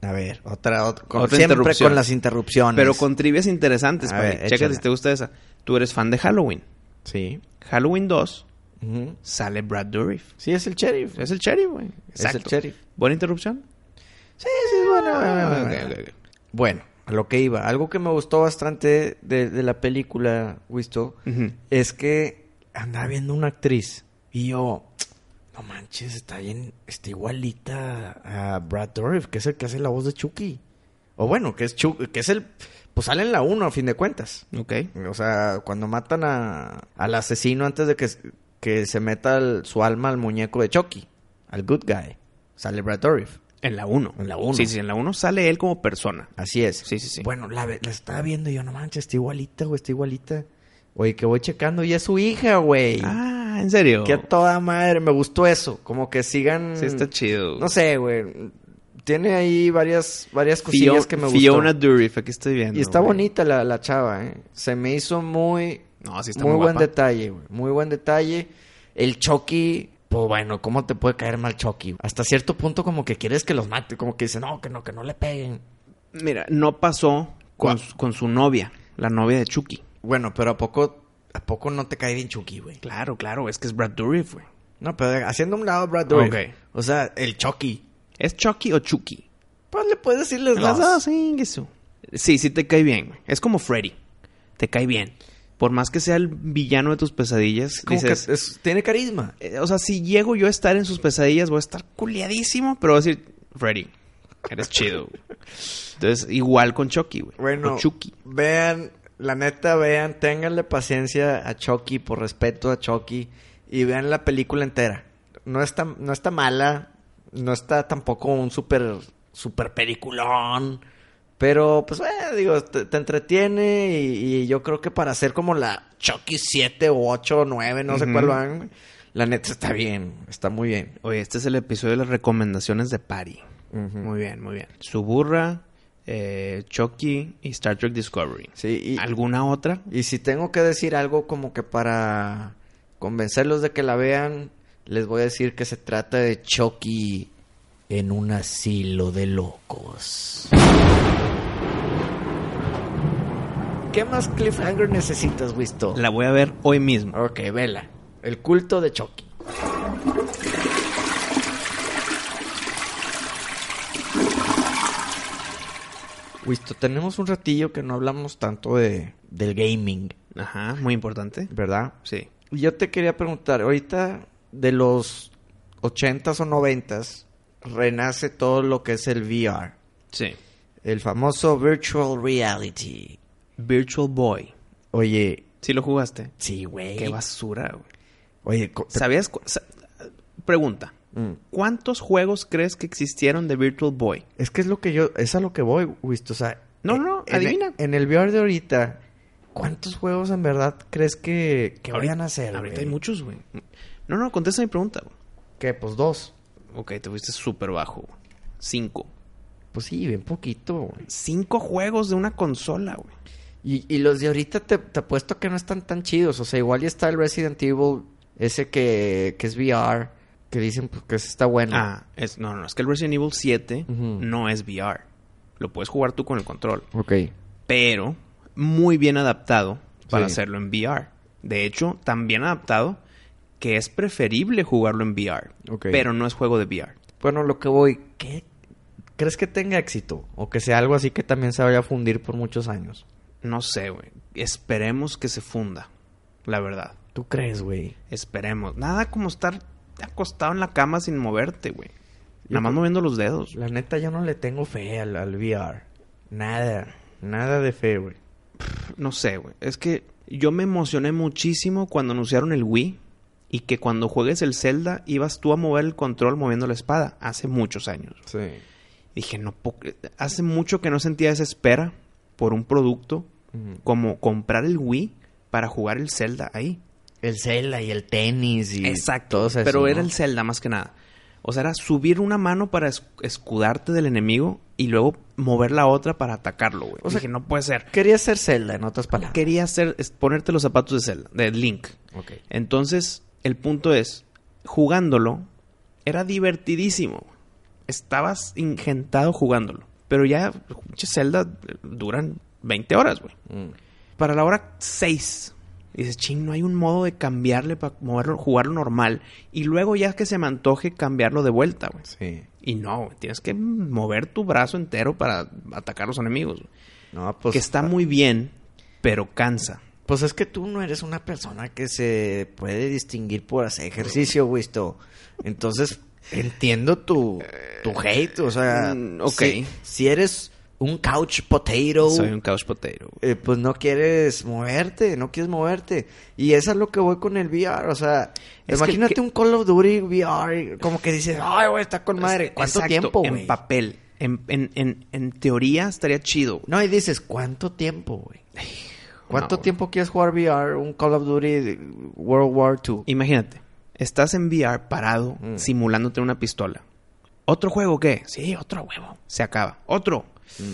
[SPEAKER 2] A ver, otra, ot- con-
[SPEAKER 3] Otra
[SPEAKER 2] siempre
[SPEAKER 3] interrupción.
[SPEAKER 2] con las interrupciones.
[SPEAKER 3] Pero con trivias interesantes,
[SPEAKER 2] A
[SPEAKER 3] para
[SPEAKER 2] ver,
[SPEAKER 3] Chécate
[SPEAKER 2] échala.
[SPEAKER 3] si te gusta esa. Tú eres fan de Halloween.
[SPEAKER 2] Sí.
[SPEAKER 3] Halloween 2
[SPEAKER 2] Ujú.
[SPEAKER 3] sale Brad Dourif.
[SPEAKER 2] Sí, es el sheriff.
[SPEAKER 3] Es el sheriff, güey.
[SPEAKER 2] Es el sheriff.
[SPEAKER 3] Buena interrupción. Ah,
[SPEAKER 2] Sí, sí, bueno, bueno, bueno,
[SPEAKER 3] Ok,
[SPEAKER 2] bueno.
[SPEAKER 3] ok, ok.
[SPEAKER 2] Bueno, a lo que iba. Algo que me gustó bastante de, de la película, Wisto,
[SPEAKER 3] Ujú.
[SPEAKER 2] es que andaba viendo una actriz y yo, no manches, está bien, está igualita a Brad Dourif, que es el que hace la voz de Chucky. O bueno, que es Chucky, que es el, pues sale en la 1 a fin de cuentas.
[SPEAKER 3] Ok.
[SPEAKER 2] O sea, cuando matan a, al asesino antes de que, s- que se meta el- su alma al muñeco de Chucky, al good guy, sale Brad Dourif.
[SPEAKER 3] En la 1.
[SPEAKER 2] En la uno.
[SPEAKER 3] Sí, sí, en la 1 sale él como persona.
[SPEAKER 2] Así es.
[SPEAKER 3] Sí, sí, sí.
[SPEAKER 2] Bueno, la, ve- la estaba viendo y yo, no manches, está igualita, güey, está igualita. Oye, que voy checando y es su hija, güey.
[SPEAKER 3] Ah, ¿en serio?
[SPEAKER 2] Que a toda madre, me gustó eso. Como que sigan.
[SPEAKER 3] Sí, está chido.
[SPEAKER 2] No sé, güey. Tiene ahí varias, varias cosillas
[SPEAKER 3] Fio-
[SPEAKER 2] que me
[SPEAKER 3] Fiona
[SPEAKER 2] gustó.
[SPEAKER 3] Durif, aquí estoy viendo.
[SPEAKER 2] Y está
[SPEAKER 3] güey.
[SPEAKER 2] bonita la, la chava, ¿eh? Se me hizo muy.
[SPEAKER 3] No, sí está
[SPEAKER 2] muy
[SPEAKER 3] muy
[SPEAKER 2] buen
[SPEAKER 3] guapa.
[SPEAKER 2] detalle, güey. Muy buen detalle. El Chucky. Pues bueno, ¿cómo te puede caer mal Chucky? Hasta cierto punto, como que quieres que los mate. Como que dice, no, que no, que no le peguen.
[SPEAKER 3] Mira, no pasó con,
[SPEAKER 2] ¿Cuál?
[SPEAKER 3] su- con su novia, la novia de Chucky.
[SPEAKER 2] Bueno, pero ¿a poco, ¿a poco no te cae bien Chucky, güey?
[SPEAKER 3] Claro, claro, es que es Brad Dourif, güey.
[SPEAKER 2] No, pero haciendo un lado Brad Dourif.
[SPEAKER 3] Ok.
[SPEAKER 2] O sea, el Chucky.
[SPEAKER 3] ¿Es Chucky o Chucky?
[SPEAKER 2] Pues le puedes decir los
[SPEAKER 3] Las
[SPEAKER 2] dos.
[SPEAKER 3] dos, sí, que su- Sí, sí te cae bien, güey. Es como Freddy. Te cae bien. Por más que sea el villano de tus pesadillas,
[SPEAKER 2] Como
[SPEAKER 3] dices,
[SPEAKER 2] que es- tiene carisma.
[SPEAKER 3] Eh, O sea, si llego yo a estar en sus pesadillas, voy a estar culiadísimo, pero voy a decir, Freddy, eres chido. güey". Entonces, igual con Chucky, güey.
[SPEAKER 2] Bueno,
[SPEAKER 3] O Chucky.
[SPEAKER 2] vean, la neta, vean, ténganle paciencia a Chucky, por respeto a Chucky, y vean la película entera. No está, no está mala, no está tampoco un super, super peliculón, pero pues, eh, digo, te, te entretiene y, y yo creo que para hacer como la Chucky 7 o 8 o 9, no sé
[SPEAKER 3] Ujú.
[SPEAKER 2] cuál van, la neta está bien, está muy bien.
[SPEAKER 3] Oye, este es el episodio de las recomendaciones de Pari. Muy bien, muy bien. Suburra, eh, Chucky y Star Trek Discovery.
[SPEAKER 2] Sí, y,
[SPEAKER 3] ¿Alguna otra?
[SPEAKER 2] Y si tengo que decir algo como que para convencerlos de que la vean, les voy a decir que se trata de Chucky en un asilo de locos. ¿Qué más cliffhanger necesitas, Wisto?
[SPEAKER 3] La voy a ver hoy mismo.
[SPEAKER 2] Ok, vela. El culto de Chucky. Wisto, tenemos un ratillo que no hablamos tanto de, del gaming,
[SPEAKER 3] Ajá, muy importante.
[SPEAKER 2] ¿verdad?
[SPEAKER 3] Sí.
[SPEAKER 2] Yo te quería preguntar, ahorita de los 80s o 90s renace todo lo que es el VR,
[SPEAKER 3] Sí.
[SPEAKER 2] el famoso virtual reality.
[SPEAKER 3] Virtual Boy.
[SPEAKER 2] Oye,
[SPEAKER 3] ¿Sí lo jugaste?
[SPEAKER 2] sí, güey.
[SPEAKER 3] Qué basura, güey.
[SPEAKER 2] Oye, co- te-
[SPEAKER 3] ¿Sabías? cu- sa- Pregunta.
[SPEAKER 2] Mm.
[SPEAKER 3] ¿Cuántos juegos crees que existieron de Virtual Boy?
[SPEAKER 2] es que es lo que yo, es a lo que voy, Wisto, o sea,
[SPEAKER 3] No,
[SPEAKER 2] en-
[SPEAKER 3] no,
[SPEAKER 2] en,
[SPEAKER 3] adivina.
[SPEAKER 2] En el VR de ahorita, ¿cuántos juegos en verdad crees que, que
[SPEAKER 3] Ahorita-
[SPEAKER 2] vayan a hacer?
[SPEAKER 3] Ahorita
[SPEAKER 2] güey?
[SPEAKER 3] hay muchos, güey. No, no, contesta mi pregunta. güey.
[SPEAKER 2] ¿Qué? Pues dos.
[SPEAKER 3] Ok, te fuiste súper bajo. güey. Cinco.
[SPEAKER 2] Pues sí, bien poquito, güey.
[SPEAKER 3] Cinco juegos de una consola, güey.
[SPEAKER 2] Y, y los de ahorita te, te apuesto que no están tan chidos. O sea, igual ya está el Resident Evil, ese que, que es VR, que dicen pues, que ese está bueno.
[SPEAKER 3] Ah, es, no, no, es que el Resident Evil 7
[SPEAKER 2] Ujú.
[SPEAKER 3] no es VR. Lo puedes jugar tú con el control.
[SPEAKER 2] ok.
[SPEAKER 3] Pero muy bien adaptado para
[SPEAKER 2] Sí.
[SPEAKER 3] hacerlo en VR. De hecho, tan bien adaptado que es preferible jugarlo en VR.
[SPEAKER 2] Ok.
[SPEAKER 3] Pero no es juego de VR.
[SPEAKER 2] Bueno, lo que voy, ¿qué? ¿crees que tenga éxito? O que sea algo así que también se vaya a fundir por muchos años.
[SPEAKER 3] No sé, güey. Esperemos que se funda, la verdad.
[SPEAKER 2] ¿Tú crees, güey?
[SPEAKER 3] Esperemos. Nada como estar acostado en la cama sin moverte, güey. Nada más
[SPEAKER 2] creo-
[SPEAKER 3] moviendo los dedos.
[SPEAKER 2] La neta, yo no le tengo fe al, al VR. Nada. Nada de fe, güey.
[SPEAKER 3] No sé, güey. Es que yo me emocioné muchísimo cuando anunciaron el Wii y que cuando juegues el Zelda ibas tú a mover el control moviendo la espada. Hace muchos años.
[SPEAKER 2] Sí.
[SPEAKER 3] Dije, no, po- hace mucho que no sentía esa espera por un producto como comprar el Wii para jugar el Zelda ahí.
[SPEAKER 2] El Zelda y el tenis y
[SPEAKER 3] Exacto.
[SPEAKER 2] todo eso,
[SPEAKER 3] pero
[SPEAKER 2] ¿no?
[SPEAKER 3] era el Zelda más que nada. O sea, era subir una mano para es- escudarte del enemigo y luego mover la otra para atacarlo, güey.
[SPEAKER 2] O sea,
[SPEAKER 3] Dije, no puede ser.
[SPEAKER 2] Quería ser Zelda, en otras palabras.
[SPEAKER 3] Quería hacer es ponerte los zapatos de Zelda, de Link.
[SPEAKER 2] Ok.
[SPEAKER 3] Entonces, el punto es, jugándolo, era divertidísimo. Estabas ingentado jugándolo. Pero ya, pinche Zelda eh, duran 20 horas, güey.
[SPEAKER 2] Mm,
[SPEAKER 3] Para la hora 6, dices, ching, no hay un modo de cambiarle para moverlo, jugarlo normal. Y luego ya que se me antoje cambiarlo de vuelta, güey.
[SPEAKER 2] Sí.
[SPEAKER 3] Y no, güey, tienes que mover tu brazo entero para atacar a los enemigos. güey.
[SPEAKER 2] No, pues.
[SPEAKER 3] que está muy bien, pero cansa.
[SPEAKER 2] Pues es que tú no eres una persona que se puede distinguir por hacer ejercicio, Wisto. Entonces, entiendo tu, tu hate. O sea,
[SPEAKER 3] Eh, Mm, ok.
[SPEAKER 2] si, si eres un couch potato,
[SPEAKER 3] Soy un couch potato. güey.
[SPEAKER 2] eh, pues no quieres moverte, no quieres moverte. Y eso es lo que voy con el VR. O sea,
[SPEAKER 3] Es que-
[SPEAKER 2] imagínate
[SPEAKER 3] que-
[SPEAKER 2] un Call of Duty VR, como que dices, ay, güey, está Ah, con madre. ¿Cuánto
[SPEAKER 3] Exacto,
[SPEAKER 2] tiempo,
[SPEAKER 3] En
[SPEAKER 2] güey?
[SPEAKER 3] papel. En, en- en- en teoría estaría chido. güey.
[SPEAKER 2] No, y dices, ¿cuánto tiempo, güey? ¿Cuánto
[SPEAKER 3] no,
[SPEAKER 2] tiempo quieres jugar VR? Un Call of Duty de World War II.
[SPEAKER 3] Imagínate, estás en VR parado,
[SPEAKER 2] Mm.
[SPEAKER 3] simulándote una pistola. ¿Otro juego o qué? Sí, otro huevo. Se acaba. Otro.
[SPEAKER 2] Mm,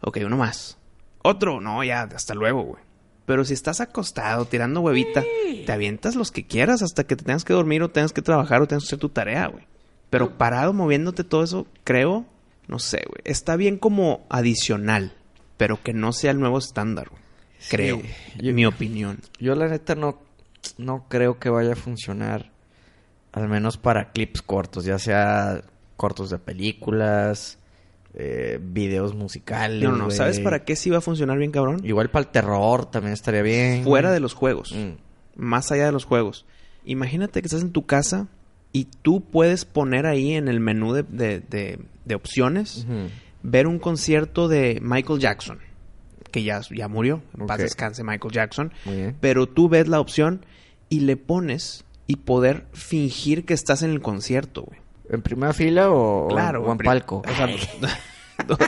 [SPEAKER 3] Ok, uno más. Otro. No, ya, hasta luego, güey. Pero si estás acostado tirando huevita, te avientas los que quieras hasta que te tengas que dormir o tengas que trabajar o tengas que hacer tu tarea, güey. Pero parado moviéndote todo eso, creo, no sé, güey. Está bien como adicional, pero que no sea el nuevo estándar, güey. Creo.
[SPEAKER 2] yo-
[SPEAKER 3] mi opinión.
[SPEAKER 2] Yo la neta no, no creo que vaya a funcionar. Al menos para clips cortos, ya sea cortos de películas, eh, videos musicales.
[SPEAKER 3] No, no, no. ¿Sabes
[SPEAKER 2] güey.
[SPEAKER 3] para qué sí va a funcionar bien, cabrón?
[SPEAKER 2] Igual para el terror también estaría bien.
[SPEAKER 3] Fuera de los juegos.
[SPEAKER 2] Mm.
[SPEAKER 3] Más allá de los juegos. Imagínate que estás en tu casa y tú puedes poner ahí en el menú de, de- de- de opciones
[SPEAKER 2] Ujú.
[SPEAKER 3] ver un concierto de Michael Jackson. Que ya, ya murió. En paz
[SPEAKER 2] Ok.
[SPEAKER 3] descanse Michael Jackson.
[SPEAKER 2] Muy bien.
[SPEAKER 3] Pero tú ves la opción y le pones y poder fingir que estás en el concierto, güey.
[SPEAKER 2] ¿En primera fila o, o
[SPEAKER 3] Claro.
[SPEAKER 2] en, o en
[SPEAKER 3] pri-
[SPEAKER 2] palco?
[SPEAKER 3] o sea, do-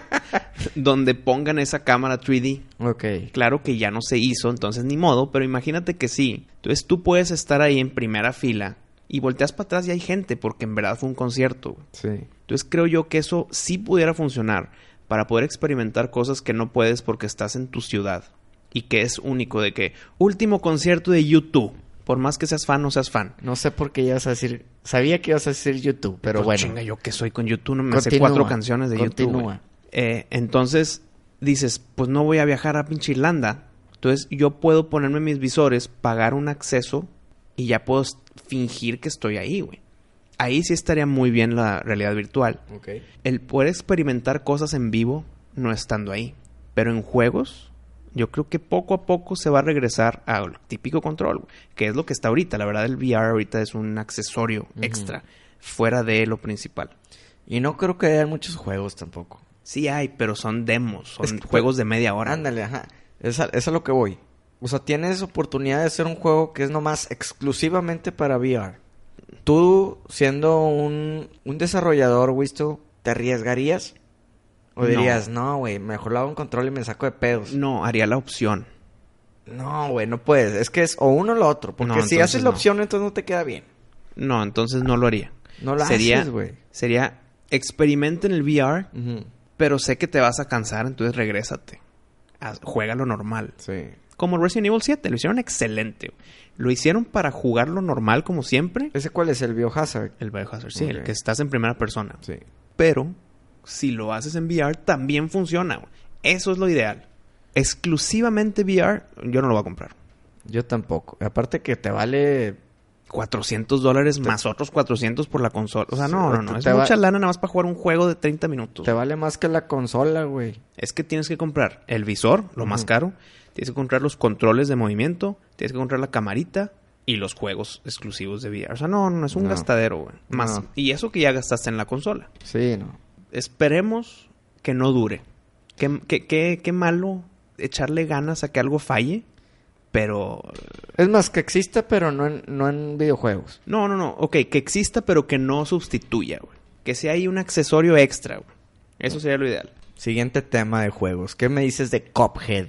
[SPEAKER 3] donde pongan esa cámara 3D
[SPEAKER 2] ok.
[SPEAKER 3] Claro que ya no se hizo, entonces ni modo, pero imagínate que sí. Entonces tú puedes estar ahí en primera fila y volteas para atrás y hay gente, porque en verdad fue un concierto. güey.
[SPEAKER 2] Sí.
[SPEAKER 3] Entonces creo yo que eso sí pudiera funcionar para poder experimentar cosas que no puedes porque estás en tu ciudad y que es único de que último concierto de YouTube. Por más que seas fan, no seas fan.
[SPEAKER 2] No sé por qué ibas a decir. Sabía que ibas a decir YouTube, pero
[SPEAKER 3] Pues,
[SPEAKER 2] bueno.
[SPEAKER 3] Chinga, yo que soy con YouTube, no me sé
[SPEAKER 2] Continúa,
[SPEAKER 3] cuatro canciones de YouTube. güey.
[SPEAKER 2] continúa.
[SPEAKER 3] Eh, entonces dices, pues no voy a viajar a pinche Irlanda. Entonces yo puedo ponerme mis visores, pagar un acceso y ya puedo s- fingir que estoy ahí, güey. Ahí sí estaría muy bien la realidad virtual. El poder experimentar cosas en vivo no estando ahí. Pero en juegos, yo creo que poco a poco se va a regresar al típico control, güey, que es lo que está ahorita. La verdad, el VR ahorita es un accesorio extra, fuera de lo principal.
[SPEAKER 2] Y no creo que haya muchos juegos tampoco.
[SPEAKER 3] Sí hay, pero son demos, son
[SPEAKER 2] Es que- pues,
[SPEAKER 3] juegos de media hora.
[SPEAKER 2] Ándale, ajá. Esa- eso es a lo que voy. O sea, tienes oportunidad de hacer un juego que es nomás exclusivamente para VR. Tú, siendo un, un desarrollador, Wisto, ¿te arriesgarías? ¿O
[SPEAKER 3] No.
[SPEAKER 2] dirías, no, güey, mejor lo hago en control y me saco de pedos?
[SPEAKER 3] No, haría la opción.
[SPEAKER 2] No, güey, no puedes. Es que es o uno o lo otro. Porque
[SPEAKER 3] No,
[SPEAKER 2] si
[SPEAKER 3] entonces
[SPEAKER 2] haces la
[SPEAKER 3] no.
[SPEAKER 2] opción, entonces no te queda bien.
[SPEAKER 3] No, entonces no lo haría.
[SPEAKER 2] No la
[SPEAKER 3] sería,
[SPEAKER 2] haces, güey.
[SPEAKER 3] Sería, experimenta en el VR, pero sé que te vas a cansar, entonces regrésate. Haz- juega lo normal.
[SPEAKER 2] Sí.
[SPEAKER 3] Como Resident Evil 7, lo hicieron excelente. güey. Lo hicieron para jugar lo normal como siempre.
[SPEAKER 2] ¿Ese cuál es? ¿El Biohazard?
[SPEAKER 3] El Biohazard, sí, el
[SPEAKER 2] Ok.
[SPEAKER 3] que estás en primera persona.
[SPEAKER 2] Sí.
[SPEAKER 3] Pero si lo haces en VR, también funciona. güey. Eso es lo ideal. Exclusivamente VR, yo no lo voy a comprar.
[SPEAKER 2] Yo tampoco. Aparte que te vale
[SPEAKER 3] 400 dólares más otros 400 por la consola. O sea, no,
[SPEAKER 2] Sí,
[SPEAKER 3] no, no.
[SPEAKER 2] te-
[SPEAKER 3] Es
[SPEAKER 2] te va-
[SPEAKER 3] mucha lana nada más para jugar un juego de 30 minutos.
[SPEAKER 2] Te vale más que la consola, güey.
[SPEAKER 3] Es que tienes que comprar el visor, lo más
[SPEAKER 2] Ujú.
[SPEAKER 3] caro. Tienes que comprar los controles de movimiento. Tienes que comprar la camarita. Y los juegos exclusivos de VR. O sea, no, no, es un
[SPEAKER 2] No.
[SPEAKER 3] gastadero, güey. Más.
[SPEAKER 2] No.
[SPEAKER 3] Y eso que ya gastaste en la consola.
[SPEAKER 2] Sí, no.
[SPEAKER 3] esperemos que no dure. Qué, qué- qué- qué malo echarle ganas a que algo falle, pero...
[SPEAKER 2] Es más, que exista, pero no en, no en videojuegos.
[SPEAKER 3] No, no, no. Ok, que exista, pero que no sustituya, güey. Que sea ahí un accesorio extra, güey. Eso sería lo ideal.
[SPEAKER 2] Siguiente tema de juegos. ¿Qué me dices de Cuphead?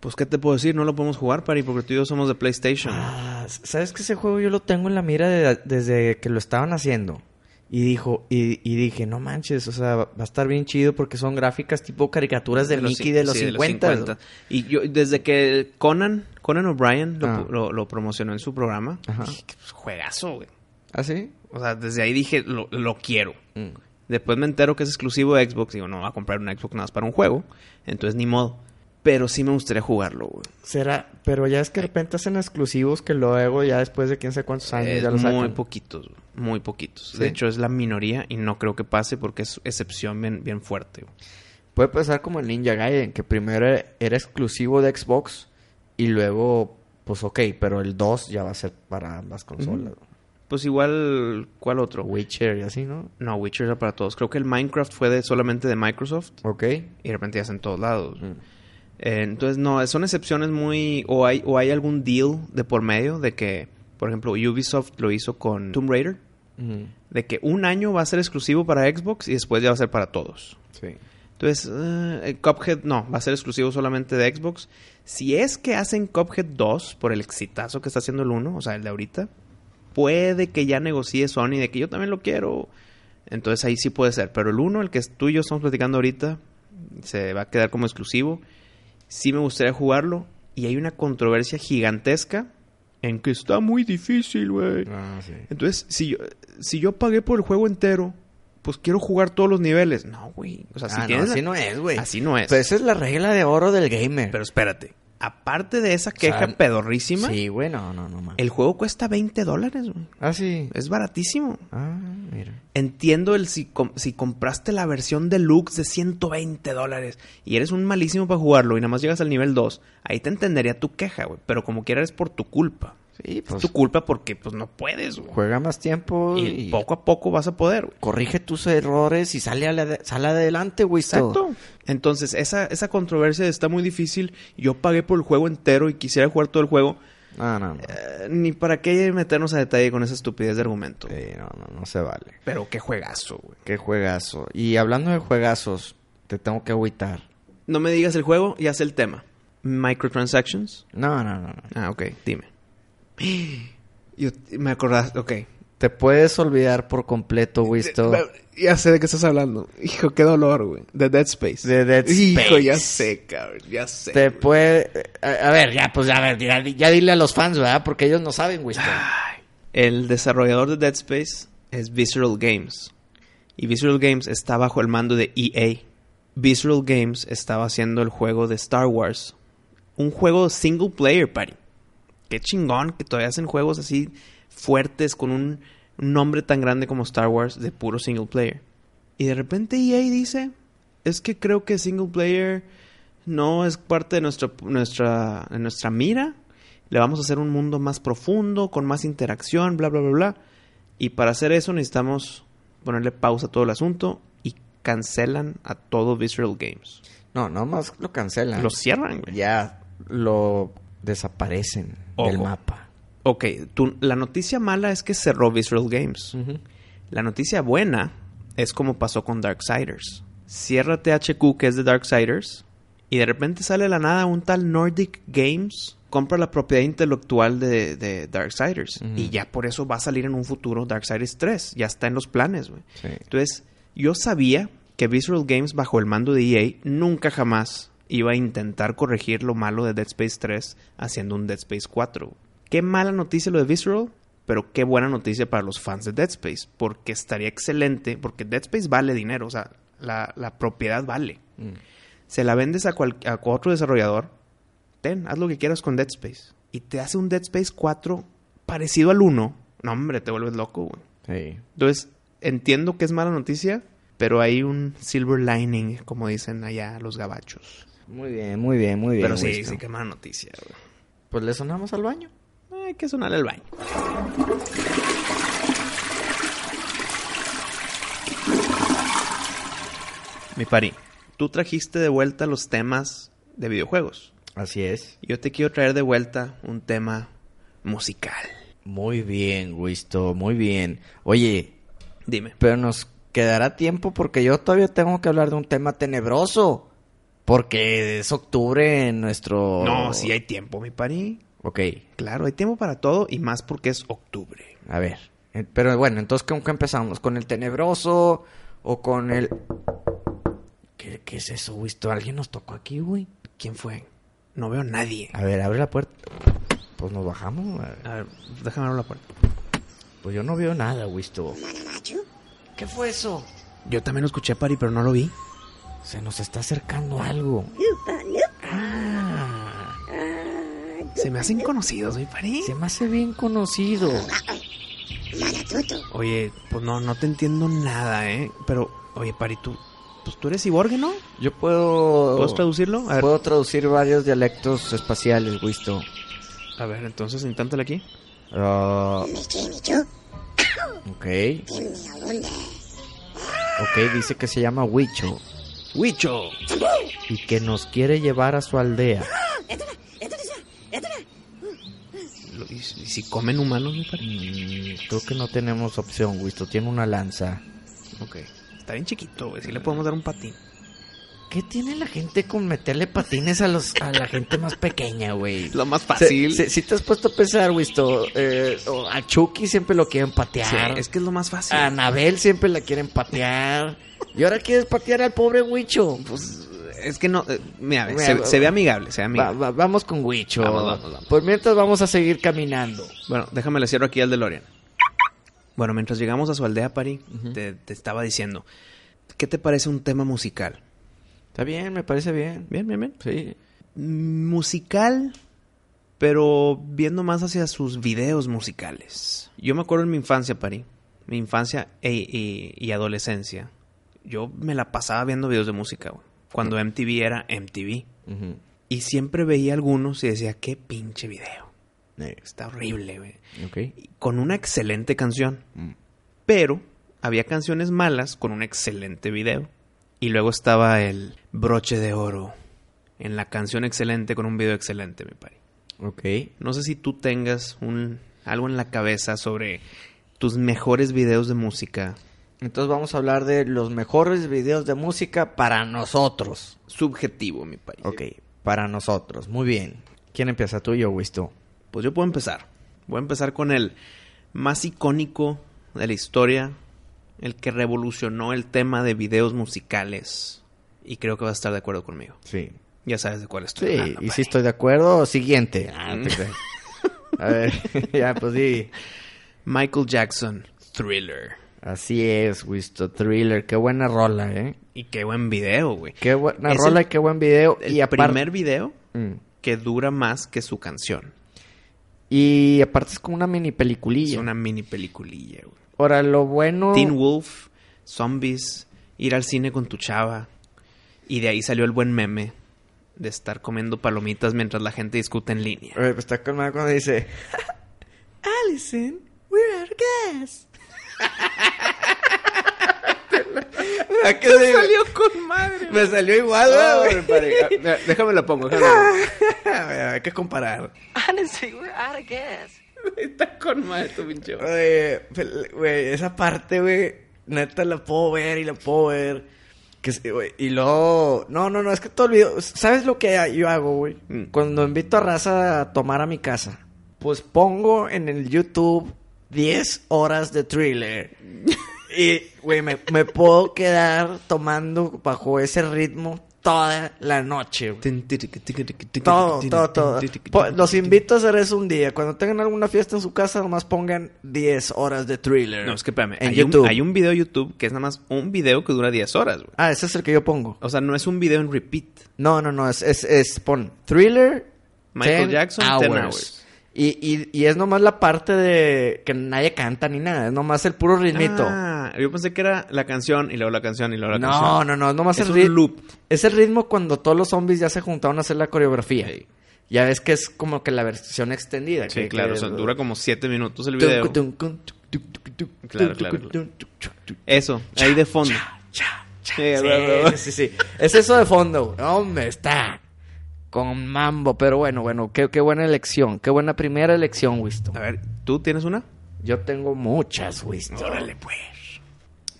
[SPEAKER 3] Pues, ¿qué te puedo decir? No lo podemos jugar, Pari, porque tú y yo somos de PlayStation.
[SPEAKER 2] Ah, ¿sabes que ese juego yo lo tengo en la mira de- desde que lo estaban haciendo? Y dijo, y, y dije, no manches, o sea, va a estar bien chido porque son gráficas tipo caricaturas de, Mickey
[SPEAKER 3] cin-
[SPEAKER 2] de los
[SPEAKER 3] sí,
[SPEAKER 2] 50.
[SPEAKER 3] 50. Y yo, desde que Conan, Conan O'Brien lo,
[SPEAKER 2] Ah.
[SPEAKER 3] lo- lo promocionó en su programa,
[SPEAKER 2] Ajá.
[SPEAKER 3] dije, "Qué juegazo, güey.
[SPEAKER 2] ¿Ah, sí?
[SPEAKER 3] O sea, desde ahí dije, lo, lo quiero.
[SPEAKER 2] Mm.
[SPEAKER 3] Después me entero que es exclusivo de Xbox. Digo, no, va a comprar un Xbox nada más para un juego. Entonces, ni modo. Pero sí me gustaría jugarlo, güey.
[SPEAKER 2] Será, pero ya es que de repente hacen exclusivos que luego ya después de quién sabe cuántos años
[SPEAKER 3] Es
[SPEAKER 2] Ah, ya lo
[SPEAKER 3] muy
[SPEAKER 2] sacan.
[SPEAKER 3] poquitos, güey. muy poquitos.
[SPEAKER 2] Sí.
[SPEAKER 3] De hecho, es la minoría y no creo que pase porque es excepción bien, bien fuerte. güey.
[SPEAKER 2] Puede pasar como el Ninja Gaiden, que primero era, era exclusivo de Xbox y luego, pues ok, pero el 2 ya va a ser para ambas consolas.
[SPEAKER 3] Pues igual, ¿cuál otro?
[SPEAKER 2] ¿no? Witcher y así, ¿no?
[SPEAKER 3] No, Witcher era para todos. Creo que el Minecraft fue de- solamente de Microsoft
[SPEAKER 2] Ok.
[SPEAKER 3] y de repente ya está en todos lados.
[SPEAKER 2] Mm.
[SPEAKER 3] Eh, entonces, no, son excepciones muy... O hay, o hay algún deal de por medio de que, por ejemplo, Ubisoft lo hizo con Tomb Raider.
[SPEAKER 2] Mm.
[SPEAKER 3] de que un año va a ser exclusivo para Xbox y después ya va a ser para todos.
[SPEAKER 2] Sí.
[SPEAKER 3] Entonces, eh, el Cuphead no, va a ser exclusivo solamente de Xbox. Si es que hacen Cuphead 2 por el exitazo que está haciendo el 1, o sea, el de ahorita, puede que ya negocie Sony de que yo también lo quiero. Entonces ahí sí puede ser, pero el 1, el que tú y yo estamos platicando ahorita, se va a quedar como exclusivo. Sí me gustaría jugarlo y hay una controversia gigantesca en que está muy difícil, güey.
[SPEAKER 2] Ah, sí.
[SPEAKER 3] Entonces, si yo, eh, si yo pagué por el juego entero, pues quiero jugar todos los niveles. No, güey. O sea, si
[SPEAKER 2] Ah, no,
[SPEAKER 3] tienes...
[SPEAKER 2] así no es, güey.
[SPEAKER 3] Así no es.
[SPEAKER 2] Pero esa es la regla de oro del gamer.
[SPEAKER 3] Pero espérate. Aparte de esa
[SPEAKER 2] sea,
[SPEAKER 3] queja pedorrísima,
[SPEAKER 2] sí, güey, no, no, no mames.
[SPEAKER 3] el juego cuesta 20 dólares, güey.
[SPEAKER 2] Ah, sí.
[SPEAKER 3] Es baratísimo.
[SPEAKER 2] Ah, mira.
[SPEAKER 3] Entiendo el si, com- si compraste la versión deluxe de 120 dólares y eres un malísimo para jugarlo y nada más llegas al nivel 2, ahí te entendería tu queja, güey. Pero como quiera es por tu culpa.
[SPEAKER 2] Sí, pues.
[SPEAKER 3] es tu culpa porque pues no puedes, güey.
[SPEAKER 2] Juega más tiempo
[SPEAKER 3] Y
[SPEAKER 2] y,
[SPEAKER 3] poco a poco vas a poder, güey.
[SPEAKER 2] corrige tus errores y sale, a la- sale adelante, güey. todo.
[SPEAKER 3] Exacto. Entonces, esa, esa controversia está muy difícil. Yo pagué por el juego entero y quisiera jugar todo el juego.
[SPEAKER 2] Ah, no, no.
[SPEAKER 3] Eh, ni para qué meternos a detalle con esa estupidez de argumento.
[SPEAKER 2] Sí, no, no, no se vale.
[SPEAKER 3] Eh, Pero qué juegazo, güey.
[SPEAKER 2] Qué juegazo. Y hablando de juegazos, te tengo que agüitar.
[SPEAKER 3] No me digas el juego, ya sé el tema. Microtransactions.
[SPEAKER 2] No, no, no, no.
[SPEAKER 3] Ah, ok, dime. Yo- me acordás, ok.
[SPEAKER 2] Te puedes olvidar por completo, Wisto.
[SPEAKER 3] Ya sé de qué estás hablando. Hijo, qué dolor, güey. De Dead Space.
[SPEAKER 2] De Dead
[SPEAKER 3] Hijo,
[SPEAKER 2] Space.
[SPEAKER 3] ya sé, cabrón. Ya sé.
[SPEAKER 2] Te
[SPEAKER 3] güey.
[SPEAKER 2] puede... A, a ver, ya, pues, a ver, ya, ya dile a los fans, ¿verdad? Porque ellos no saben, Wisto.
[SPEAKER 3] Ay. El desarrollador de Dead Space es Visceral Games. Y Visceral Games está bajo el mando de EA. Visceral Games estaba haciendo el juego de Star Wars. Un juego single player, party. Qué chingón que todavía hacen juegos así fuertes con un un nombre tan grande como Star Wars de puro single player. Y de repente EA dice, es que creo que single player no es parte de nuestra, nuestra, de nuestra mira. Le vamos a hacer un mundo más profundo, con más interacción, bla, bla, bla, bla. Y para hacer eso necesitamos ponerle pausa a todo el asunto y cancelan a todo Visceral Games.
[SPEAKER 2] No, nomás lo cancelan.
[SPEAKER 3] Lo cierran, güey.
[SPEAKER 2] Ya lo desaparecen del
[SPEAKER 3] Ojo.
[SPEAKER 2] mapa.
[SPEAKER 3] Ok, tú- la noticia mala es que cerró Visceral Games. La noticia buena es como pasó con Darksiders. Cierra THQ, que es de Darksiders, y de repente sale de la nada un tal Nordic Games, compra la propiedad intelectual de, de Darksiders.
[SPEAKER 2] Ujú.
[SPEAKER 3] Y ya por eso va a salir en un futuro Darksiders 3. Ya está en los planes, güey.
[SPEAKER 2] Sí.
[SPEAKER 3] Entonces, yo sabía que Visceral Games, bajo el mando de EA, nunca jamás iba a intentar corregir lo malo de Dead Space 3 haciendo un Dead Space 4. Qué mala noticia lo de Visceral, pero qué buena noticia para los fans de Dead Space, porque estaría excelente, porque Dead Space vale dinero, o sea, la, la propiedad vale.
[SPEAKER 2] Mm.
[SPEAKER 3] Se la vendes a, cual- a otro desarrollador, ten, haz lo que quieras con Dead Space, y te hace un Dead Space 4 parecido al 1, No, hombre, te vuelves loco, güey.
[SPEAKER 2] Sí.
[SPEAKER 3] Entonces, entiendo que es mala noticia, pero hay un silver lining, como dicen allá los gabachos.
[SPEAKER 2] Muy bien, muy bien, muy bien.
[SPEAKER 3] pero sí,
[SPEAKER 2] Winston.
[SPEAKER 3] sí que mala noticia, güey.
[SPEAKER 2] Pues le sonamos al baño.
[SPEAKER 3] Hay que sonar el baño. Mi pari, tú trajiste de vuelta los temas de videojuegos.
[SPEAKER 2] Así es.
[SPEAKER 3] Yo te quiero traer de vuelta un tema musical.
[SPEAKER 2] Muy bien, Wisto, muy bien. Oye,
[SPEAKER 3] Dime.
[SPEAKER 2] pero nos quedará tiempo porque yo todavía tengo que hablar de un tema tenebroso. Porque es octubre en nuestro...
[SPEAKER 3] No, sí hay tiempo, mi pari.
[SPEAKER 2] Ok,
[SPEAKER 3] Claro, hay tiempo para todo y más porque es octubre.
[SPEAKER 2] a ver. Eh, Pero bueno, entonces, ¿con qué empezamos? ¿Con el tenebroso o con el...? ¿Qué, qué es eso, Wisto? ¿Alguien nos tocó aquí, güey?
[SPEAKER 3] ¿Quién fue? No veo a nadie.
[SPEAKER 2] A ver, abre la puerta. Pues nos bajamos. a ver.
[SPEAKER 3] A ver, déjame abrir la puerta.
[SPEAKER 2] Pues yo no veo nada, Wisto. ¿Qué fue eso?
[SPEAKER 3] Yo también lo escuché, pari, pero no lo vi.
[SPEAKER 2] Se nos está acercando algo. Ah,
[SPEAKER 3] Se me hacen conocidos, mi pari.
[SPEAKER 2] se me hace bien conocido.
[SPEAKER 3] Oye, pues no, no te entiendo nada, ¿eh? Pero, oye, pari, tú, pues tú eres ciborgue, ¿no?
[SPEAKER 2] Yo puedo...
[SPEAKER 3] ¿Puedes traducirlo? A ver,
[SPEAKER 2] Puedo traducir varios dialectos espaciales, Wisto.
[SPEAKER 3] a ver entonces inténtale aquí.
[SPEAKER 2] Ah, ok. Ok, dice que se llama Wicho
[SPEAKER 3] ¡Wicho!
[SPEAKER 2] y que nos quiere llevar a su aldea.
[SPEAKER 3] Lo- ¿Y, y si comen humanos, mi pari?
[SPEAKER 2] Mm, creo que no tenemos opción, Wisto. Tiene una lanza.
[SPEAKER 3] Ok. Está bien chiquito, güey. Sí le podemos dar un patín.
[SPEAKER 2] ¿Qué tiene la gente con meterle patines a los a la gente más pequeña, güey?
[SPEAKER 3] Lo más
[SPEAKER 2] Se-
[SPEAKER 3] fácil.
[SPEAKER 2] se- Si te has puesto a pensar, Wisto, eh, o a Chucky siempre lo quieren
[SPEAKER 3] Sí,
[SPEAKER 2] patear.
[SPEAKER 3] es que es lo más fácil.
[SPEAKER 2] A Anabel siempre la quieren patear. Y ahora quieres patear al pobre Huicho.
[SPEAKER 3] Pues es que no. eh, mira,
[SPEAKER 2] Mira,
[SPEAKER 3] se,
[SPEAKER 2] va-
[SPEAKER 3] se ve amigable, se
[SPEAKER 2] Va-
[SPEAKER 3] ve amigable.
[SPEAKER 2] va- vamos con Huicho.
[SPEAKER 3] Vamos, vamos, vamos.
[SPEAKER 2] Pues mientras vamos a seguir caminando.
[SPEAKER 3] Bueno, déjame le cierro aquí al DeLorean. Bueno, mientras llegamos a su aldea, Pari, te, te estaba diciendo, ¿qué te parece un tema musical?
[SPEAKER 2] Está bien, me parece bien.
[SPEAKER 3] Bien, bien, bien.
[SPEAKER 2] Sí.
[SPEAKER 3] Musical, pero viendo más hacia sus videos musicales. Yo me acuerdo en mi infancia, Pari, mi infancia e- y, y adolescencia. Yo me la pasaba viendo videos de música, güey, Cuando MTV era MTV. Y siempre veía algunos y decía, qué pinche video. Eh, Está horrible, güey.
[SPEAKER 2] Ok.
[SPEAKER 3] Con una excelente canción. Pero había canciones malas con un excelente video. Y luego estaba el broche de oro en la canción excelente con un video excelente, me pari.
[SPEAKER 2] Ok.
[SPEAKER 3] No sé si tú tengas un algo en la cabeza sobre tus mejores videos de música.
[SPEAKER 2] Entonces vamos a hablar de los mejores videos de música para nosotros.
[SPEAKER 3] Subjetivo, mi pari.
[SPEAKER 2] Ok, para nosotros. Muy bien. ¿Quién empieza tú y yo, Wisto?
[SPEAKER 3] Pues yo puedo empezar. Voy a empezar con el más icónico de la historia, el que revolucionó el tema de videos musicales. Y creo que vas a estar de acuerdo conmigo.
[SPEAKER 2] Sí.
[SPEAKER 3] Ya sabes de cuál estoy
[SPEAKER 2] Sí,
[SPEAKER 3] hablando,
[SPEAKER 2] y
[SPEAKER 3] padre.
[SPEAKER 2] si estoy de acuerdo, siguiente. pues. Ah, no te creas. a ver, ya pues sí.
[SPEAKER 3] Michael Jackson, Thriller.
[SPEAKER 2] Así es, Wisto Thriller. Qué buena rola, ¿eh?
[SPEAKER 3] Y qué buen video, güey.
[SPEAKER 2] Qué buena
[SPEAKER 3] Es
[SPEAKER 2] rola
[SPEAKER 3] el-
[SPEAKER 2] y qué buen video.
[SPEAKER 3] El
[SPEAKER 2] y, aparte-
[SPEAKER 3] primer video
[SPEAKER 2] Mm.
[SPEAKER 3] que dura más que su canción.
[SPEAKER 2] y aparte es como una mini peliculilla.
[SPEAKER 3] Es una mini peliculilla, güey.
[SPEAKER 2] Ahora, lo bueno...
[SPEAKER 3] Teen Wolf, Zombies, ir al cine con tu chava. Y de ahí salió el buen meme de estar comiendo palomitas mientras la gente discute en línea.
[SPEAKER 2] Oye, pues, está con madre cuando dice... Allison, we're out of gas. ¿Qué
[SPEAKER 3] con madre.
[SPEAKER 2] Me salió igual,
[SPEAKER 3] Ah,
[SPEAKER 2] güey.
[SPEAKER 3] güey, pareja. Mira, Déjame la pongo, déjame la pongo. A ver, Hay que comparar.
[SPEAKER 4] Honestly, we're out of gas.
[SPEAKER 3] Está con madre tu pinche.
[SPEAKER 2] Oye, pel- güey, esa parte, güey, neta la puedo ver y la puedo ver. Que, sí, güey, y luego... No, no, no, es que todo el video... ¿Sabes lo que yo hago, güey?
[SPEAKER 3] Mm.
[SPEAKER 2] Cuando invito a raza a tomar a mi casa, pues pongo en el YouTube 10 horas de thriller. y, güey, me, me puedo quedar tomando bajo ese ritmo toda la noche, güey. Todo, todo, todo. Po- Los invito a hacer eso un día. Cuando tengan alguna fiesta en su casa, nomás pongan 10 horas de thriller.
[SPEAKER 3] No, es que espérame.
[SPEAKER 2] En
[SPEAKER 3] hay,
[SPEAKER 2] YouTube.
[SPEAKER 3] Un, hay un video de YouTube que es nada más un video que dura 10 horas, güey.
[SPEAKER 2] Ah, ese es el que yo pongo.
[SPEAKER 3] O sea, no es un video en repeat.
[SPEAKER 2] No, no, no. Es, es, es pon thriller. 10
[SPEAKER 3] Michael Jackson, 10 hours.
[SPEAKER 2] Y, y, y es nomás la parte de que nadie canta ni nada, es nomás el puro ritmito.
[SPEAKER 3] Ah, yo pensé que era la canción y luego la canción y luego la
[SPEAKER 2] no,
[SPEAKER 3] canción.
[SPEAKER 2] no, no, es nomás
[SPEAKER 3] Es
[SPEAKER 2] el
[SPEAKER 3] un
[SPEAKER 2] rit-
[SPEAKER 3] loop.
[SPEAKER 2] Es el ritmo cuando todos los zombies ya se juntaron a hacer la coreografía. Ya ves que es como que la versión extendida.
[SPEAKER 3] Sí,
[SPEAKER 2] que-
[SPEAKER 3] claro,
[SPEAKER 2] que-
[SPEAKER 3] o sea, dura como siete minutos el
[SPEAKER 2] Tun,
[SPEAKER 3] video.
[SPEAKER 2] tun, tun, tun, tun, tun, tun,
[SPEAKER 3] Claro,
[SPEAKER 2] tun,
[SPEAKER 3] claro,
[SPEAKER 2] tun,
[SPEAKER 3] claro.
[SPEAKER 2] tun, tun, tun.
[SPEAKER 3] Eso, ahí de fondo.
[SPEAKER 2] Cha, cha.
[SPEAKER 3] Sí, bro, bro.
[SPEAKER 2] Sí, sí, sí. Es eso de fondo. güey. Hombre, está con mambo. Pero bueno, bueno, qué, qué buena elección. Qué buena primera elección, Winston.
[SPEAKER 3] A ver, ¿tú tienes una?
[SPEAKER 2] Yo tengo muchas, Winston.
[SPEAKER 3] pues.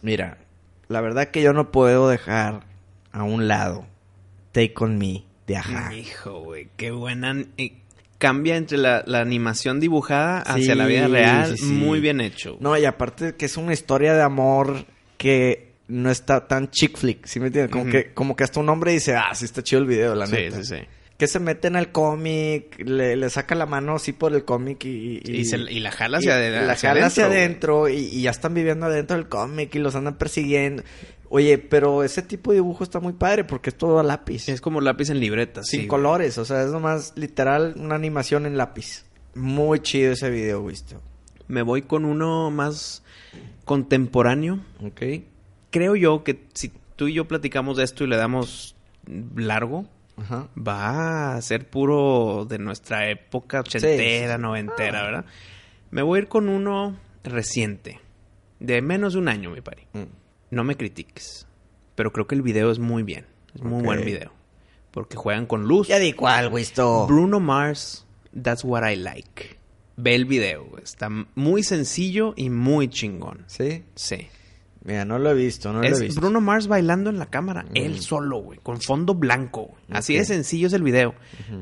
[SPEAKER 2] Mira, la verdad que yo no puedo dejar a un lado Take On Me de Ajá.
[SPEAKER 3] Hijo, güey, qué buena. eh, cambia entre la, la animación dibujada
[SPEAKER 2] Sí,
[SPEAKER 3] hacia la vida real.
[SPEAKER 2] sí, sí.
[SPEAKER 3] Muy bien hecho.
[SPEAKER 2] No, y aparte que es una historia de amor que no está tan chick flick, ¿sí me entiendes? Como,
[SPEAKER 3] Ujú.
[SPEAKER 2] que, como que hasta un hombre dice, ah, sí está chido el video, la
[SPEAKER 3] sí,
[SPEAKER 2] neta.
[SPEAKER 3] sí, sí.
[SPEAKER 2] Que se meten al cómic, le, le saca la mano así por el cómic y...
[SPEAKER 3] Y, se- y la jala
[SPEAKER 2] y
[SPEAKER 3] hacia, de-
[SPEAKER 2] la
[SPEAKER 3] hacia
[SPEAKER 2] jala hacia
[SPEAKER 3] güey.
[SPEAKER 2] adentro y, y ya están viviendo adentro del cómic y los andan persiguiendo. Oye, pero ese tipo de dibujo está muy padre porque es todo a lápiz.
[SPEAKER 3] Es como lápiz en libreta, sí.
[SPEAKER 2] sin
[SPEAKER 3] güey.
[SPEAKER 2] colores, o sea, es nomás literal una animación en lápiz. Muy chido ese video, este. visto.
[SPEAKER 3] Me voy con uno más contemporáneo.
[SPEAKER 2] Ok.
[SPEAKER 3] Creo yo que si tú y yo platicamos de esto y le damos largo,
[SPEAKER 2] Ajá.
[SPEAKER 3] va a ser puro de nuestra época
[SPEAKER 2] sí.
[SPEAKER 3] ochentera,
[SPEAKER 2] Ah.
[SPEAKER 3] noventera, ¿verdad? Me voy a ir con uno reciente, de menos de un año, mi pari.
[SPEAKER 2] Mm.
[SPEAKER 3] No me critiques, pero creo que el video es muy bien. Es muy
[SPEAKER 2] Ok.
[SPEAKER 3] buen video. Porque juegan con
[SPEAKER 2] Pues,
[SPEAKER 3] luz.
[SPEAKER 2] Ya di cuál, Wisto.
[SPEAKER 3] Bruno Mars, That's What I Like. Ve el video, güey. está muy sencillo y muy chingón.
[SPEAKER 2] ¿Sí?
[SPEAKER 3] Sí.
[SPEAKER 2] Mira, no lo he visto, no lo he
[SPEAKER 3] es
[SPEAKER 2] visto.
[SPEAKER 3] Bruno Mars bailando en la cámara,
[SPEAKER 2] Mm.
[SPEAKER 3] él solo, güey, con fondo blanco. güey. Así
[SPEAKER 2] Ok.
[SPEAKER 3] de sencillo es el video.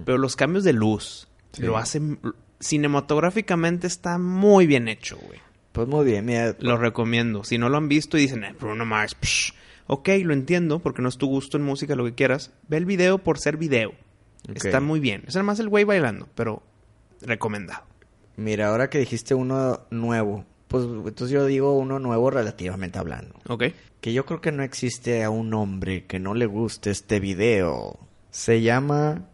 [SPEAKER 3] Pero los cambios de luz
[SPEAKER 2] Sí.
[SPEAKER 3] lo hacen cinematográficamente está muy bien hecho, güey.
[SPEAKER 2] Pues muy bien, mira.
[SPEAKER 3] Lo recomiendo. Si no lo han visto y dicen, "Eh, Bruno Mars, psh". ok, lo entiendo porque no es tu gusto en música, lo que quieras. Ve el video por ser video.
[SPEAKER 2] Ok.
[SPEAKER 3] Está muy bien. Es más el güey bailando, pero recomendado.
[SPEAKER 2] Mira, ahora que dijiste uno nuevo, pues entonces yo digo uno nuevo relativamente hablando.
[SPEAKER 3] Ok.
[SPEAKER 2] Que yo creo que no existe a un hombre que no le guste este video. Se llama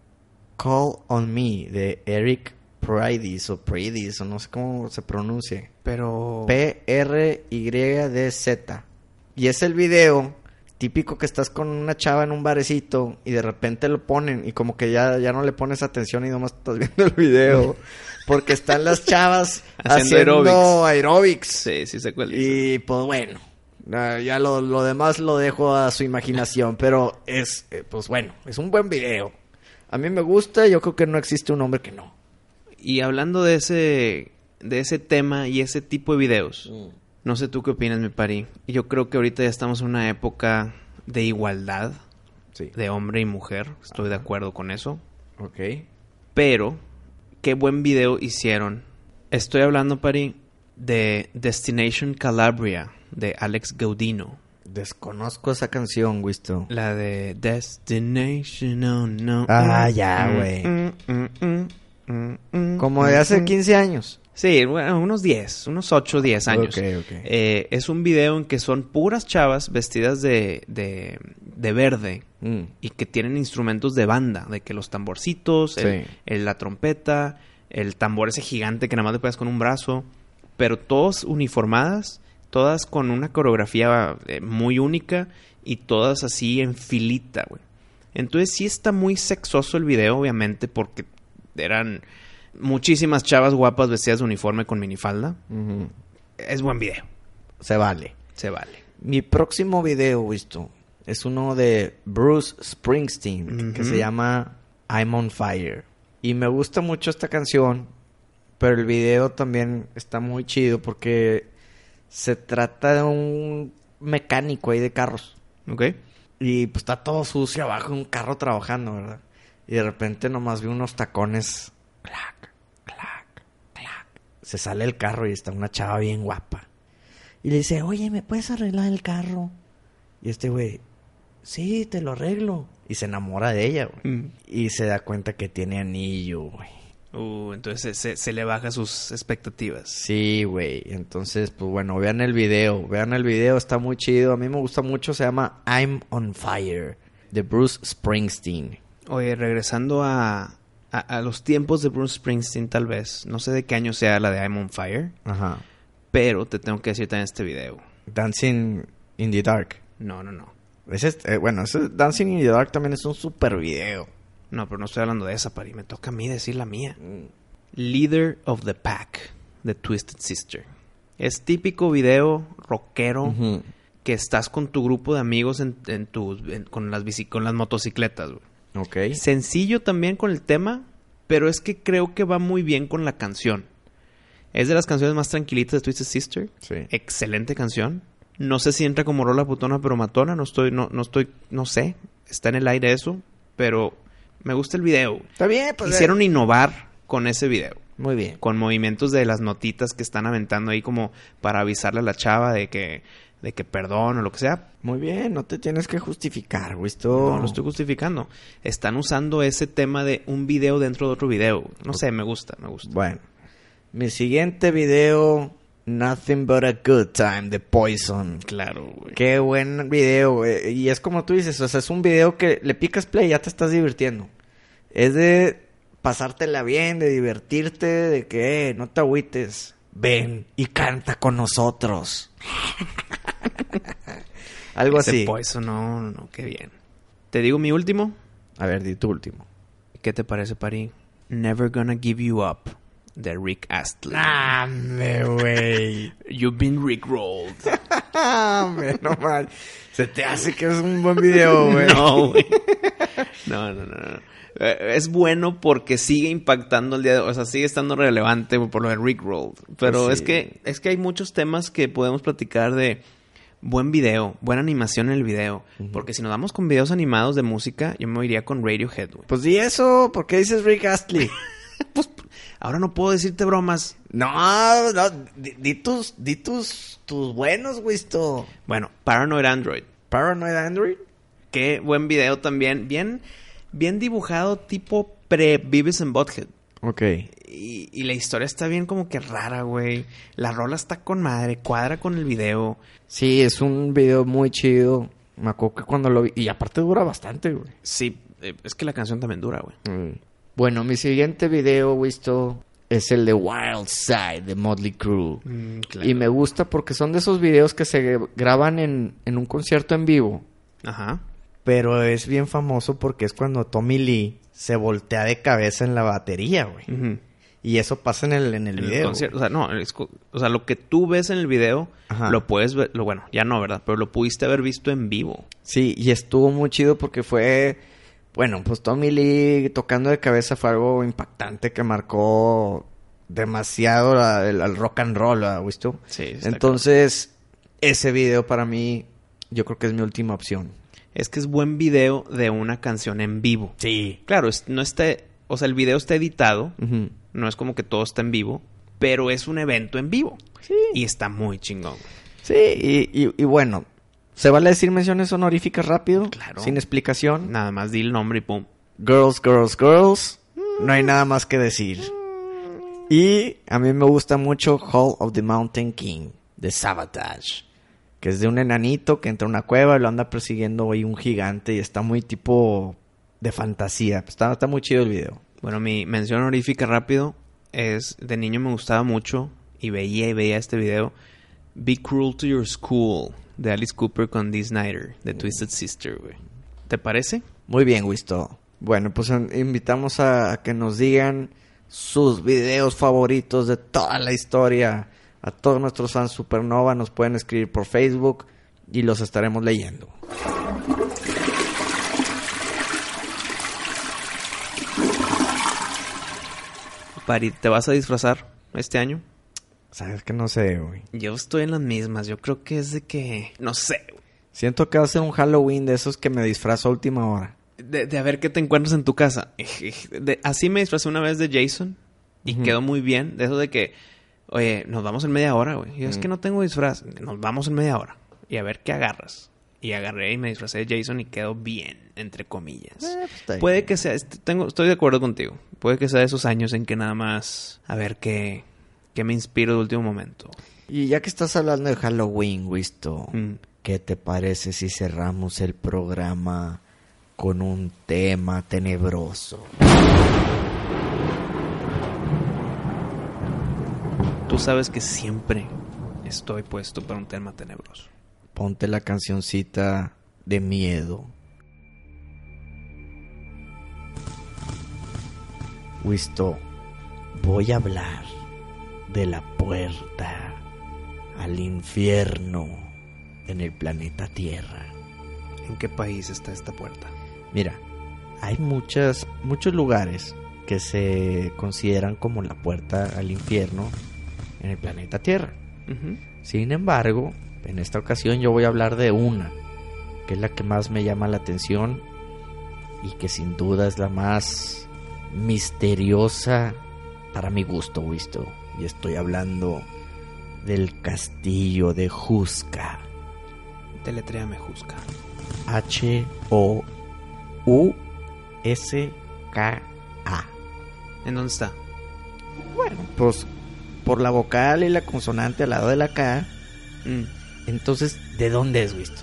[SPEAKER 2] Call on Me de Eric Prydis o Prydis o no sé cómo se pronuncie.
[SPEAKER 3] Pero.
[SPEAKER 2] P-R-Y-D-Z. Y es el video típico que estás con una chava en un barecito y de repente lo ponen y como que ya, ya no le pones atención y nomás estás viendo el video. Porque están las chavas
[SPEAKER 3] Haciendo
[SPEAKER 2] haciendo, aeróbics.
[SPEAKER 3] sí, sí sé cuál dices.
[SPEAKER 2] Y pues bueno, na- ya lo, lo demás lo dejo a su imaginación, pero es, eh, pues bueno, es un buen video. A mí me gusta, yo creo que no existe un hombre que no.
[SPEAKER 3] Y hablando de ese, de ese tema y ese tipo de videos, no sé tú qué opinas, mi pari. Yo creo que ahorita ya estamos en una época de igualdad
[SPEAKER 2] Sí.
[SPEAKER 3] de hombre y mujer. Estoy de acuerdo con eso.
[SPEAKER 2] Ok.
[SPEAKER 3] Pero, qué buen video hicieron. Estoy hablando, pari, de Destination Calabria de Alex Gaudino.
[SPEAKER 2] Desconozco esa canción, Wisto.
[SPEAKER 3] La de Destination, oh no.
[SPEAKER 2] Ah, ya,
[SPEAKER 3] Mm,
[SPEAKER 2] güey.
[SPEAKER 3] mm, mm, mm, mm, mm,
[SPEAKER 2] Como de
[SPEAKER 3] mm,
[SPEAKER 2] hace
[SPEAKER 3] mm.
[SPEAKER 2] 15 años.
[SPEAKER 3] Sí, bueno, unos 10, unos 8 o 10 años.
[SPEAKER 2] Ok, ok.
[SPEAKER 3] Eh, es un video en que son puras chavas vestidas de, de, de verde y que tienen instrumentos de banda, de que los tamborcitos, el-
[SPEAKER 2] Sí.
[SPEAKER 3] el- la trompeta, el tambor ese gigante que nada más le pegas con un brazo, pero todas uniformadas, todas con una coreografía eh, muy única y todas así en filita, güey. Entonces sí está muy sexoso el video, obviamente, porque eran muchísimas chavas guapas vestidas de uniforme con minifalda. Es buen video,
[SPEAKER 2] Se vale.
[SPEAKER 3] se vale.
[SPEAKER 2] Mi próximo video, Wisto, es uno de Bruce Springsteen que
[SPEAKER 3] Ujú.
[SPEAKER 2] se llama I'm on Fire. Y me gusta mucho esta canción, pero el video también está muy chido porque se trata de un mecánico ahí de carros.
[SPEAKER 3] ¿Ok?
[SPEAKER 2] Y pues está todo sucio abajo de un carro trabajando, ¿verdad? Y de repente nomás vi unos tacones. Clac, clac, clac. Se sale el carro y está una chava bien guapa. Y le dice, oye, ¿me puedes arreglar el carro? Y este güey, sí, te lo arreglo. Y se enamora de ella, güey.
[SPEAKER 3] Mm.
[SPEAKER 2] Y se da cuenta que tiene anillo, güey.
[SPEAKER 3] Uh, entonces se, se le baja sus expectativas.
[SPEAKER 2] Sí, güey. Entonces, pues bueno, vean el video. Vean el video, está muy chido. A mí me gusta mucho. Se llama I'm on Fire, de Bruce Springsteen.
[SPEAKER 3] Oye, regresando a, a, a los tiempos de Bruce Springsteen tal vez, no sé de qué año sea la de I'm on Fire,
[SPEAKER 2] Ajá.
[SPEAKER 3] pero te tengo que decir también este video.
[SPEAKER 2] Dancing in the Dark.
[SPEAKER 3] No, no, no.
[SPEAKER 2] Es este- eh, bueno, ese Dancing in the Dark también es un super video.
[SPEAKER 3] No, pero no estoy hablando de esa, Pari. Me toca a mí decir la mía. Leader of the Pack de Twisted Sister. Es típico video rockero
[SPEAKER 2] Ujú.
[SPEAKER 3] que estás con tu grupo de amigos en, en tus, en- con, las bici- con las motocicletas. güey.
[SPEAKER 2] Ok.
[SPEAKER 3] Sencillo también con el tema, pero es que creo que va muy bien con la canción. Es de las canciones más tranquilitas de Twisted Sister.
[SPEAKER 2] Sí.
[SPEAKER 3] Excelente canción. No sé si entra como rola putona pero matona. No estoy, no, no estoy, no sé. Está en el aire eso. Pero me gusta el video.
[SPEAKER 2] Está bien, pues.
[SPEAKER 3] Quisieron innovar con ese video.
[SPEAKER 2] Muy bien.
[SPEAKER 3] Con movimientos de las notitas que están aventando ahí como para avisarle a la chava de que, de que perdón o lo que sea.
[SPEAKER 2] Muy bien, no te tienes que justificar, güey. Esto...
[SPEAKER 3] No lo estoy justificando. Están usando ese tema de un video dentro de otro video. No sé, me gusta, me gusta.
[SPEAKER 2] Bueno. Mi siguiente video, Nothing But a Good Time de Poison.
[SPEAKER 3] Claro, güey.
[SPEAKER 2] Qué buen video, güey. Y es como tú dices, o sea, es un video que le picas play y ya te estás divirtiendo. Es de pasártela bien, de divertirte, de que eh, no te agüites. Ven y canta con nosotros. Algo
[SPEAKER 3] Ese
[SPEAKER 2] así.
[SPEAKER 3] Poison, no, no, no, qué bien. ¿Te digo mi último?
[SPEAKER 2] A ver, di tu último.
[SPEAKER 3] ¿Qué te parece, Pari? Never Gonna Give You Up, de Rick Astley.
[SPEAKER 2] ¡Dame, güey!
[SPEAKER 3] You've been Rickrolled.
[SPEAKER 2] ¡Dame, no mal! Se te hace que es un buen video, güey.
[SPEAKER 3] No, güey. No, no, no, no. Eh, Es bueno porque sigue impactando el día de hoy. O sea, sigue estando relevante güey, por lo de Rickrolled. Pero
[SPEAKER 2] Sí.
[SPEAKER 3] es, que, es que hay muchos temas que podemos platicar de buen video, buena animación en el video. Porque si nos damos con videos animados de música, yo me iría con Radiohead, güey.
[SPEAKER 2] Pues di eso, ¿por qué dices Rick Astley?
[SPEAKER 3] Ahora no puedo decirte bromas.
[SPEAKER 2] No, no, di, di tus, di tus, tus buenos, güey, esto.
[SPEAKER 3] Bueno, Paranoid Android.
[SPEAKER 2] Paranoid Android.
[SPEAKER 3] Qué buen video también. Bien, bien dibujado, tipo pre-Beavis and Butthead.
[SPEAKER 2] Ok.
[SPEAKER 3] Y, y la historia está bien como que rara, güey. La rola está con madre, cuadra con el video.
[SPEAKER 2] Sí, es un video muy chido. Me acuerdo que cuando lo vi, y aparte dura bastante, güey. Mm.
[SPEAKER 3] Sí, eh, es que la canción también dura, güey.
[SPEAKER 2] Bueno, mi siguiente video, güey, esto, es el de Wild Side de Motley Crue.
[SPEAKER 3] Mm,
[SPEAKER 2] Y me gusta porque son de esos videos que se graban en, en un concierto en vivo.
[SPEAKER 3] Ajá.
[SPEAKER 5] Pero es bien famoso porque es cuando Tommy Lee se voltea de cabeza en la batería, güey.
[SPEAKER 3] Ujú.
[SPEAKER 5] Y eso pasa en el, en el
[SPEAKER 3] En el
[SPEAKER 5] video.
[SPEAKER 3] concierto, o sea, no, es co- o sea, lo que tú ves en el video,
[SPEAKER 5] Ajá.
[SPEAKER 3] lo puedes ver, lo, bueno, ya no, ¿verdad? Pero lo pudiste haber visto en vivo.
[SPEAKER 2] Sí, y estuvo muy chido porque fue, bueno, pues Tommy Lee tocando de cabeza fue algo impactante que marcó demasiado la- el, al rock and roll, ¿verdad, Wisto?
[SPEAKER 3] Sí, está
[SPEAKER 2] Entonces, ese video para mí, yo creo que es mi última opción.
[SPEAKER 3] Es que es buen video de una canción en vivo.
[SPEAKER 5] Sí.
[SPEAKER 3] Claro, es- no está, o sea, el video está editado, no es como que todo está en vivo, pero es un evento en vivo.
[SPEAKER 2] Sí.
[SPEAKER 3] Y está muy chingón.
[SPEAKER 2] Sí, y, y- y bueno, ¿se vale decir menciones honoríficas rápido?
[SPEAKER 3] Claro.
[SPEAKER 2] Sin explicación.
[SPEAKER 3] Nada más di el nombre y pum.
[SPEAKER 2] Girls, girls, girls. No hay nada más que decir. Y a mí me gusta mucho Hall of the Mountain King de Sabotage. Que es de un enanito que entra a una cueva y lo anda persiguiendo hoy un gigante y está muy tipo de fantasía. Está, está muy chido el video.
[SPEAKER 3] Bueno, mi mención honorífica rápido es de niño me gustaba mucho y veía y veía este video Be Cruel to Your School de Alice Cooper con Dee Snyder de Twisted Sister, güey. ¿Te parece?
[SPEAKER 2] Muy bien, Wisto. Bueno, pues en- invitamos a, a que nos digan sus videos favoritos de toda la historia. A todos nuestros fans Supernova nos pueden escribir por Facebook y los estaremos leyendo.
[SPEAKER 3] Pari, ¿te vas a disfrazar este año?
[SPEAKER 5] Sabes que no sé, güey.
[SPEAKER 3] Yo estoy en las mismas, yo creo que es de que no sé. güey.
[SPEAKER 2] Siento que va a ser un Halloween de esos que me disfrazo a última hora.
[SPEAKER 3] De, de a ver qué te encuentras en tu casa. De- así me disfrazé una vez de Jason y quedó muy bien. De eso de que, oye, nos vamos en media hora, güey. Yo es que no tengo disfraz. Nos vamos en media hora y a ver qué agarras. Y agarré y me disfracé de Jason y quedó bien, entre comillas.
[SPEAKER 2] está
[SPEAKER 3] Puede
[SPEAKER 2] bien.
[SPEAKER 3] que sea, est- tengo, estoy de acuerdo contigo. Puede que sea de esos años en que nada más a ver qué, qué me inspiro de último momento.
[SPEAKER 2] Y ya que estás hablando de Halloween, Wisto,
[SPEAKER 3] Mm.
[SPEAKER 2] ¿qué te parece si cerramos el programa con un tema tenebroso?
[SPEAKER 3] tú sabes que siempre estoy puesto para un tema tenebroso.
[SPEAKER 6] Ponte la cancioncita de miedo.
[SPEAKER 2] Wisto, voy a hablar de la puerta al infierno en el planeta Tierra.
[SPEAKER 3] ¿En qué país está esta puerta?
[SPEAKER 2] Mira, hay muchas, muchos lugares que se consideran como la puerta al infierno en el planeta Tierra. Sin embargo, en esta ocasión yo voy a hablar de una, que es la que más me llama la atención y que sin duda es la más misteriosa para mi gusto, visto. Y estoy hablando del castillo de Jusca.
[SPEAKER 3] Teletrea me juzga.
[SPEAKER 2] H-O-U-S-K-A.
[SPEAKER 3] ¿En dónde está?
[SPEAKER 2] Pues por la vocal y la consonante al lado de la K,
[SPEAKER 3] Mm,
[SPEAKER 2] entonces, ¿de dónde es, visto?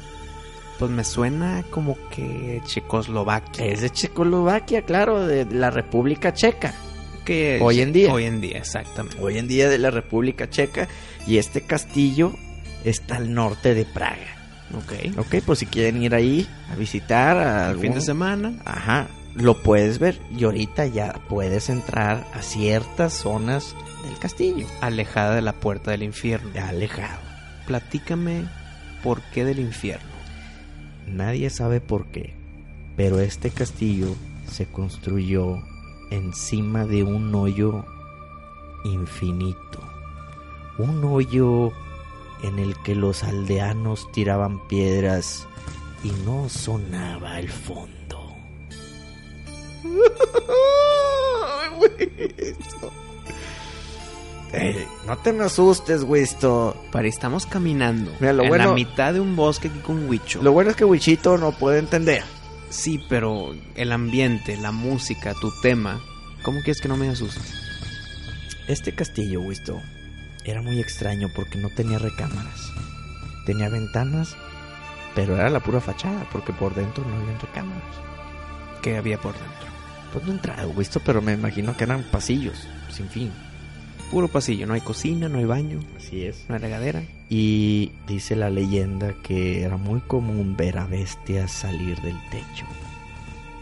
[SPEAKER 3] Pues me suena como que Checoslovaquia.
[SPEAKER 2] Es de Checoslovaquia, claro, de la República Checa.
[SPEAKER 3] que
[SPEAKER 2] hoy en día.
[SPEAKER 3] Hoy en día, exactamente.
[SPEAKER 2] Hoy en día de la República Checa. Y este castillo está al norte de Praga.
[SPEAKER 3] Ok.
[SPEAKER 2] Ok, pues si quieren ir ahí a visitar. A
[SPEAKER 3] El fin de
[SPEAKER 2] algún-
[SPEAKER 3] semana.
[SPEAKER 2] Ajá, lo puedes ver. Y ahorita ya puedes entrar a ciertas zonas del castillo.
[SPEAKER 3] Alejada de la puerta del infierno.
[SPEAKER 2] Ya alejado.
[SPEAKER 3] Platícame por qué del infierno.
[SPEAKER 2] Nadie sabe por qué, pero este castillo se construyó encima de un hoyo infinito. Un hoyo en el que los aldeanos tiraban piedras y no sonaba el fondo.
[SPEAKER 3] Eh,
[SPEAKER 2] Eh,
[SPEAKER 6] Ey, no te me asustes, Wisto.
[SPEAKER 3] Pero estamos caminando
[SPEAKER 6] Mira, lo
[SPEAKER 3] en la
[SPEAKER 6] bueno-
[SPEAKER 3] mitad de un bosque aquí con Huicho.
[SPEAKER 6] Lo bueno es que Wichito no puede entender.
[SPEAKER 3] Sí, pero el ambiente, la música, tu tema. ¿Cómo quieres que no me asustes?
[SPEAKER 2] Este castillo, Wisto, era muy extraño porque no tenía recámaras. Tenía ventanas, pero era la pura fachada porque por dentro no había recámaras.
[SPEAKER 3] ¿Qué había por dentro?
[SPEAKER 2] Pues no he entrado, Wisto, pero me imagino que eran pasillos, sin fin.
[SPEAKER 3] Puro pasillo, no hay cocina, no hay baño,
[SPEAKER 2] Así es.
[SPEAKER 3] no hay regadera.
[SPEAKER 2] Y dice la leyenda que era muy común ver a bestias salir del techo.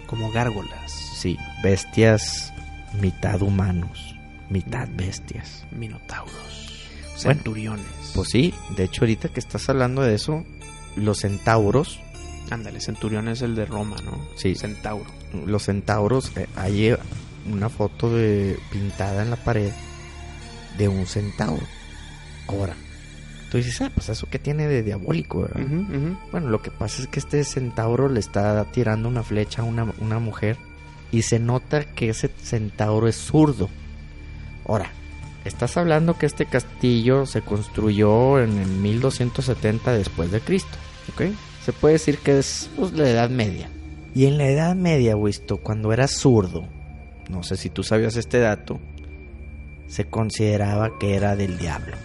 [SPEAKER 3] Como gárgolas,
[SPEAKER 2] Sí, bestias mitad humanos, mitad bestias.
[SPEAKER 3] minotauros,
[SPEAKER 2] Bueno,
[SPEAKER 3] centuriones.
[SPEAKER 2] Pues sí, de hecho ahorita que estás hablando de eso, los centauros
[SPEAKER 3] Ándale, centurión es el de Roma, ¿no?
[SPEAKER 2] Sí.
[SPEAKER 3] Centauro.
[SPEAKER 2] los centauros, eh, hay una foto de, pintada en la pared de un centauro. Ahora, tú dices, ah, pues eso que tiene de diabólico, ¿verdad?
[SPEAKER 3] Ujú, ujú.
[SPEAKER 2] Bueno, lo que pasa es que este centauro le está tirando una flecha a una, una mujer y se nota que ese centauro es zurdo. Ahora, estás hablando que este castillo se construyó en el 1270 después de Cristo, ¿ok? Se puede decir que es pues, la Edad Media. Y en la Edad Media, Wisto, cuando era zurdo, no sé si tú sabías este dato, se consideraba que era del diablo.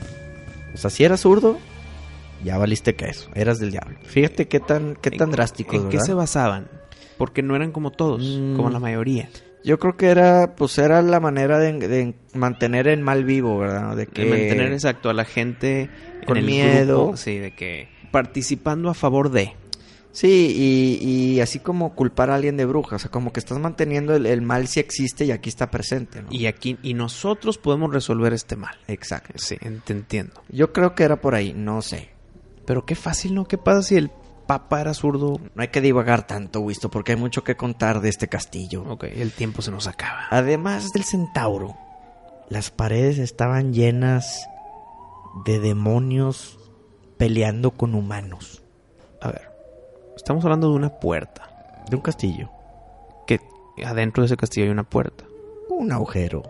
[SPEAKER 2] O sea, si era zurdo, ya valiste queso, eras del diablo. Fíjate qué tan, qué tan
[SPEAKER 3] ¿En-
[SPEAKER 2] drástico,
[SPEAKER 3] ¿En qué
[SPEAKER 2] ¿verdad?
[SPEAKER 3] se basaban? Porque no eran como todos,
[SPEAKER 2] Mm.
[SPEAKER 3] como la mayoría.
[SPEAKER 6] Yo creo que era, pues era la manera de, de mantener el mal vivo, ¿verdad? De
[SPEAKER 2] Eh,
[SPEAKER 6] que
[SPEAKER 3] El mantener exacto a la gente
[SPEAKER 6] Con
[SPEAKER 3] en el
[SPEAKER 6] miedo.
[SPEAKER 3] grupo, sí, de que participando a favor de.
[SPEAKER 6] Sí, y, y así como culpar a alguien de bruja, o sea, como que estás manteniendo el, el mal si existe y aquí está presente, ¿no?
[SPEAKER 3] Y aquí y nosotros podemos resolver este mal.
[SPEAKER 6] Exacto.
[SPEAKER 3] Sí, en- te entiendo.
[SPEAKER 6] Yo creo que era por ahí, no sé.
[SPEAKER 3] Pero qué fácil, ¿no? ¿Qué pasa si el papa era zurdo?
[SPEAKER 6] No hay que divagar tanto, Wisto, porque hay mucho que contar de este castillo.
[SPEAKER 3] Ok, el tiempo se nos acaba.
[SPEAKER 2] Además del centauro, las paredes estaban llenas de demonios peleando con humanos.
[SPEAKER 3] A ver, estamos hablando de una puerta.
[SPEAKER 2] De un castillo,
[SPEAKER 3] Que adentro de ese castillo hay una puerta.
[SPEAKER 2] un agujero.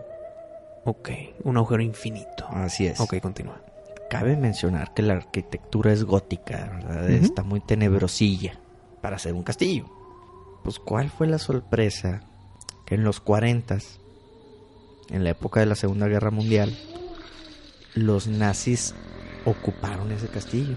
[SPEAKER 3] Ok, un agujero infinito.
[SPEAKER 2] Así Ah, es.
[SPEAKER 3] Ok, continúa.
[SPEAKER 2] Cabe mencionar que la arquitectura es gótica, ¿verdad?
[SPEAKER 3] Ujú.
[SPEAKER 2] Está muy tenebrosilla para ser un castillo. Pues cuál fue la sorpresa que en los 40, en la época de la Segunda Guerra Mundial, los nazis ocuparon ese castillo.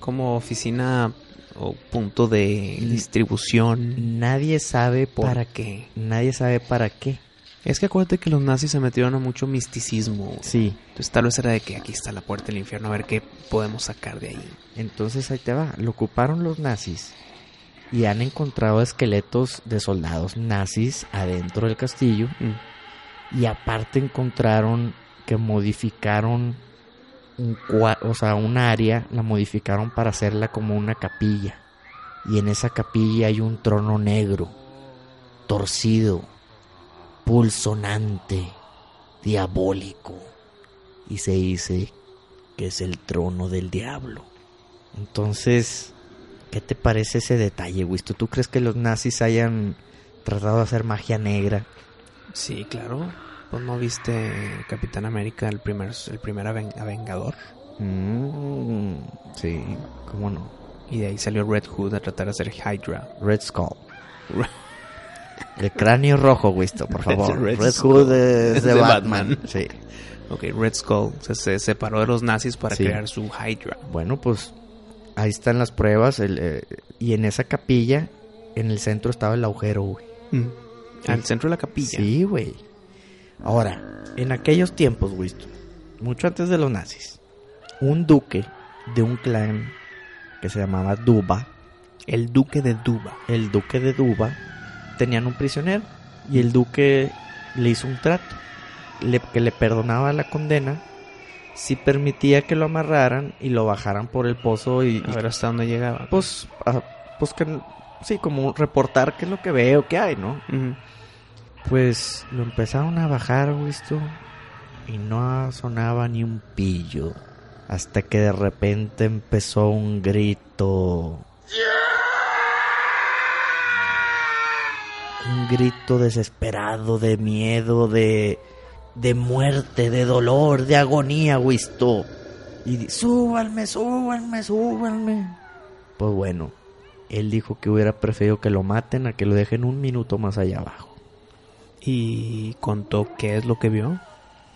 [SPEAKER 3] Como oficina o punto de distribución.
[SPEAKER 2] Nadie sabe por
[SPEAKER 3] ¿Para qué?
[SPEAKER 2] Nadie sabe para qué.
[SPEAKER 3] Es que acuérdate que los nazis se metieron a mucho misticismo. güey.
[SPEAKER 2] Sí,
[SPEAKER 3] Entonces tal vez era de que aquí está la puerta del infierno, a ver qué podemos sacar de ahí.
[SPEAKER 2] entonces ahí te va. Lo ocuparon los nazis y han encontrado esqueletos de soldados nazis adentro del castillo.
[SPEAKER 3] Mm.
[SPEAKER 2] Y aparte encontraron que modificaron un cua- o sea, un área, la modificaron para hacerla como una capilla. Y en esa capilla hay un trono negro, torcido, pulsonante, diabólico. Y se dice que es el trono del diablo. Entonces, ¿qué te parece ese detalle, Wisto? ¿Tú crees que los nazis hayan tratado de hacer magia negra?
[SPEAKER 3] Sí, claro. Pues no viste Capitán América, el primer, el primer aven- avengador.
[SPEAKER 2] Mm, sí, cómo no.
[SPEAKER 3] Y de ahí salió Red Hood a tratar de hacer Hydra.
[SPEAKER 2] Red Skull.
[SPEAKER 3] Re-
[SPEAKER 2] El cráneo rojo, Wisto, por favor.
[SPEAKER 3] Red
[SPEAKER 2] Red,
[SPEAKER 3] Skull.
[SPEAKER 2] Hood es de,
[SPEAKER 3] De
[SPEAKER 2] Batman.
[SPEAKER 3] Batman.
[SPEAKER 2] Sí.
[SPEAKER 3] Ok, Red Skull se, se separó de los nazis para
[SPEAKER 2] Sí.
[SPEAKER 3] crear su Hydra.
[SPEAKER 2] Bueno, pues ahí están las pruebas. el, eh, y en esa capilla, en el centro estaba el agujero, güey.
[SPEAKER 3] Al centro de la capilla.
[SPEAKER 2] Mm. Sí, güey. Ahora, en aquellos tiempos, Winston, mucho antes de los nazis, un duque de un clan que se llamaba Duba,
[SPEAKER 3] El duque de Duba.
[SPEAKER 2] el duque de Duba, tenían un prisionero y el duque le hizo un trato, le- que le perdonaba la condena si permitía que lo amarraran y lo bajaran por el pozo y,
[SPEAKER 3] A
[SPEAKER 2] y
[SPEAKER 3] ver hasta dónde llegaba.
[SPEAKER 2] pues, ah, pues que, sí, como reportar qué es lo que veo, qué hay, ¿no?
[SPEAKER 3] Ujú.
[SPEAKER 2] Pues lo empezaron a bajar, visto, y no sonaba ni un pillo. Hasta que de repente empezó un grito. Un grito desesperado, de miedo, de, de muerte, de dolor, de agonía, Wisto. Y di- súbanme, súbanme, súbanme. Pues bueno, él dijo que hubiera preferido que lo maten a que lo dejen un minuto más allá abajo.
[SPEAKER 3] Y contó qué es lo que vio.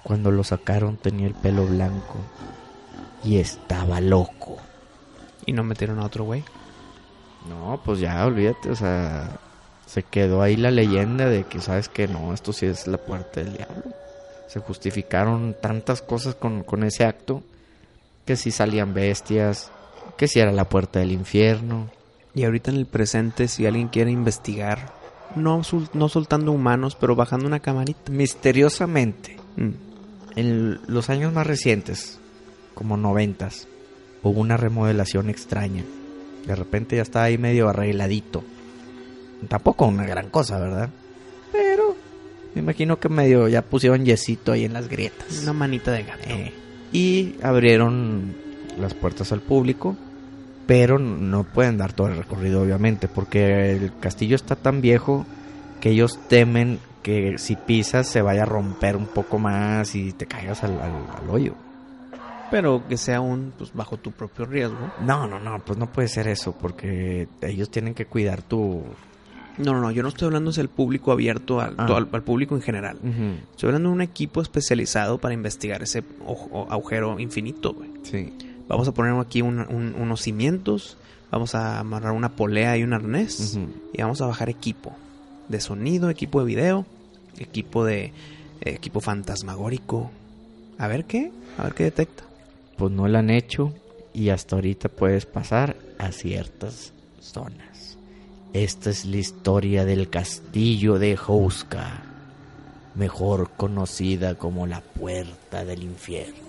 [SPEAKER 2] Cuando lo sacaron tenía el pelo blanco y estaba loco.
[SPEAKER 3] Y no metieron a otro güey.
[SPEAKER 2] No, pues ya olvídate, o sea, se quedó ahí la leyenda de que sabes que no, esto sí es la puerta del diablo. Se justificaron tantas cosas con, con ese acto, que si salían bestias, que si era la puerta del infierno.
[SPEAKER 3] Y ahorita en el presente, si alguien quiere investigar, no, sul- no soltando humanos, pero bajando una camarita.
[SPEAKER 2] Misteriosamente,
[SPEAKER 3] Mm.
[SPEAKER 2] en los años más recientes, como noventas, hubo una remodelación extraña. De repente ya estaba ahí medio arregladito. Tampoco una gran cosa, ¿verdad? Pero me imagino que medio ya pusieron yesito ahí en las grietas.
[SPEAKER 3] Una manita de gato.
[SPEAKER 2] Eh, y abrieron las puertas al público, pero no pueden dar todo el recorrido, obviamente, porque el castillo está tan viejo que ellos temen que si pisas se vaya a romper un poco más y te caigas al, al- al hoyo.
[SPEAKER 3] Pero que sea un, pues bajo tu propio riesgo.
[SPEAKER 2] No, no, no, pues no puede ser eso, porque ellos tienen que cuidar tu...
[SPEAKER 3] No, no, no, yo no estoy hablando del público abierto al,
[SPEAKER 2] Ah.
[SPEAKER 3] to- al- al público en general. Estoy hablando de un equipo especializado para investigar ese ojo- agujero infinito, güey.
[SPEAKER 2] Sí.
[SPEAKER 3] Vamos a poner aquí un- un- unos cimientos, vamos a amarrar una polea y un arnés y vamos a bajar equipo de sonido, equipo de video, equipo de eh, equipo fantasmagórico. A ver qué, a ver qué detecta.
[SPEAKER 2] Pues no lo han hecho y hasta ahorita puedes pasar a ciertas zonas. Esta es la historia del castillo de Jouska, mejor conocida como la puerta del infierno.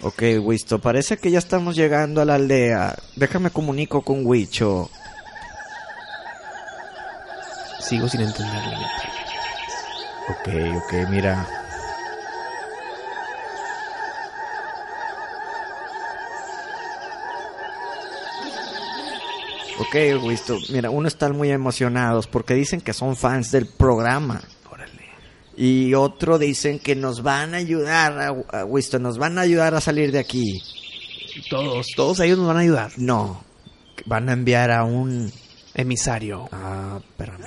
[SPEAKER 2] Ok, Wisto, parece que ya estamos llegando a la aldea. Déjame comunico con Wicho.
[SPEAKER 3] Sigo sin entenderle. neta.
[SPEAKER 2] Ok, ok, mira. Ok, Wisto, mira, uno están muy emocionados porque dicen que son fans del programa.
[SPEAKER 3] Órale.
[SPEAKER 2] Y otro dicen que nos van a ayudar, a, a Wisto, nos van a ayudar a salir de aquí.
[SPEAKER 3] Todos, todos ellos nos van a ayudar.
[SPEAKER 2] No, que van a enviar a un
[SPEAKER 3] emisario.
[SPEAKER 2] Ah, espérame.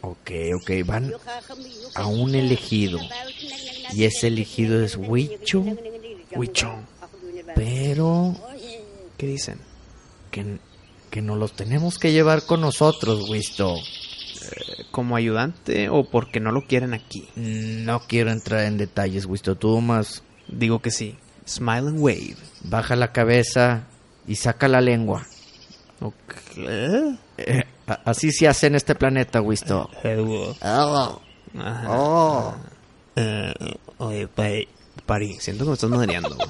[SPEAKER 2] Ok, ok, van
[SPEAKER 7] Van a un elegido. Y ese elegido es Huicho.
[SPEAKER 3] Huicho.
[SPEAKER 2] Pero
[SPEAKER 3] ¿Qué dicen?
[SPEAKER 2] que, que nos los tenemos que llevar con nosotros, Wisto.
[SPEAKER 3] ¿Como ayudante o porque no lo quieren aquí?
[SPEAKER 2] No quiero entrar en detalles, Wisto. Tú más
[SPEAKER 3] Digo que sí. Smile and wave.
[SPEAKER 2] baja la cabeza y saca la lengua.
[SPEAKER 3] Ok.
[SPEAKER 2] Eh, a- así se hace en este planeta, Wisto.
[SPEAKER 3] Ajá.
[SPEAKER 2] Oh.
[SPEAKER 3] Eh, oye, Pari, Pari, siento que me estás madreando. güey.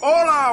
[SPEAKER 1] Hola,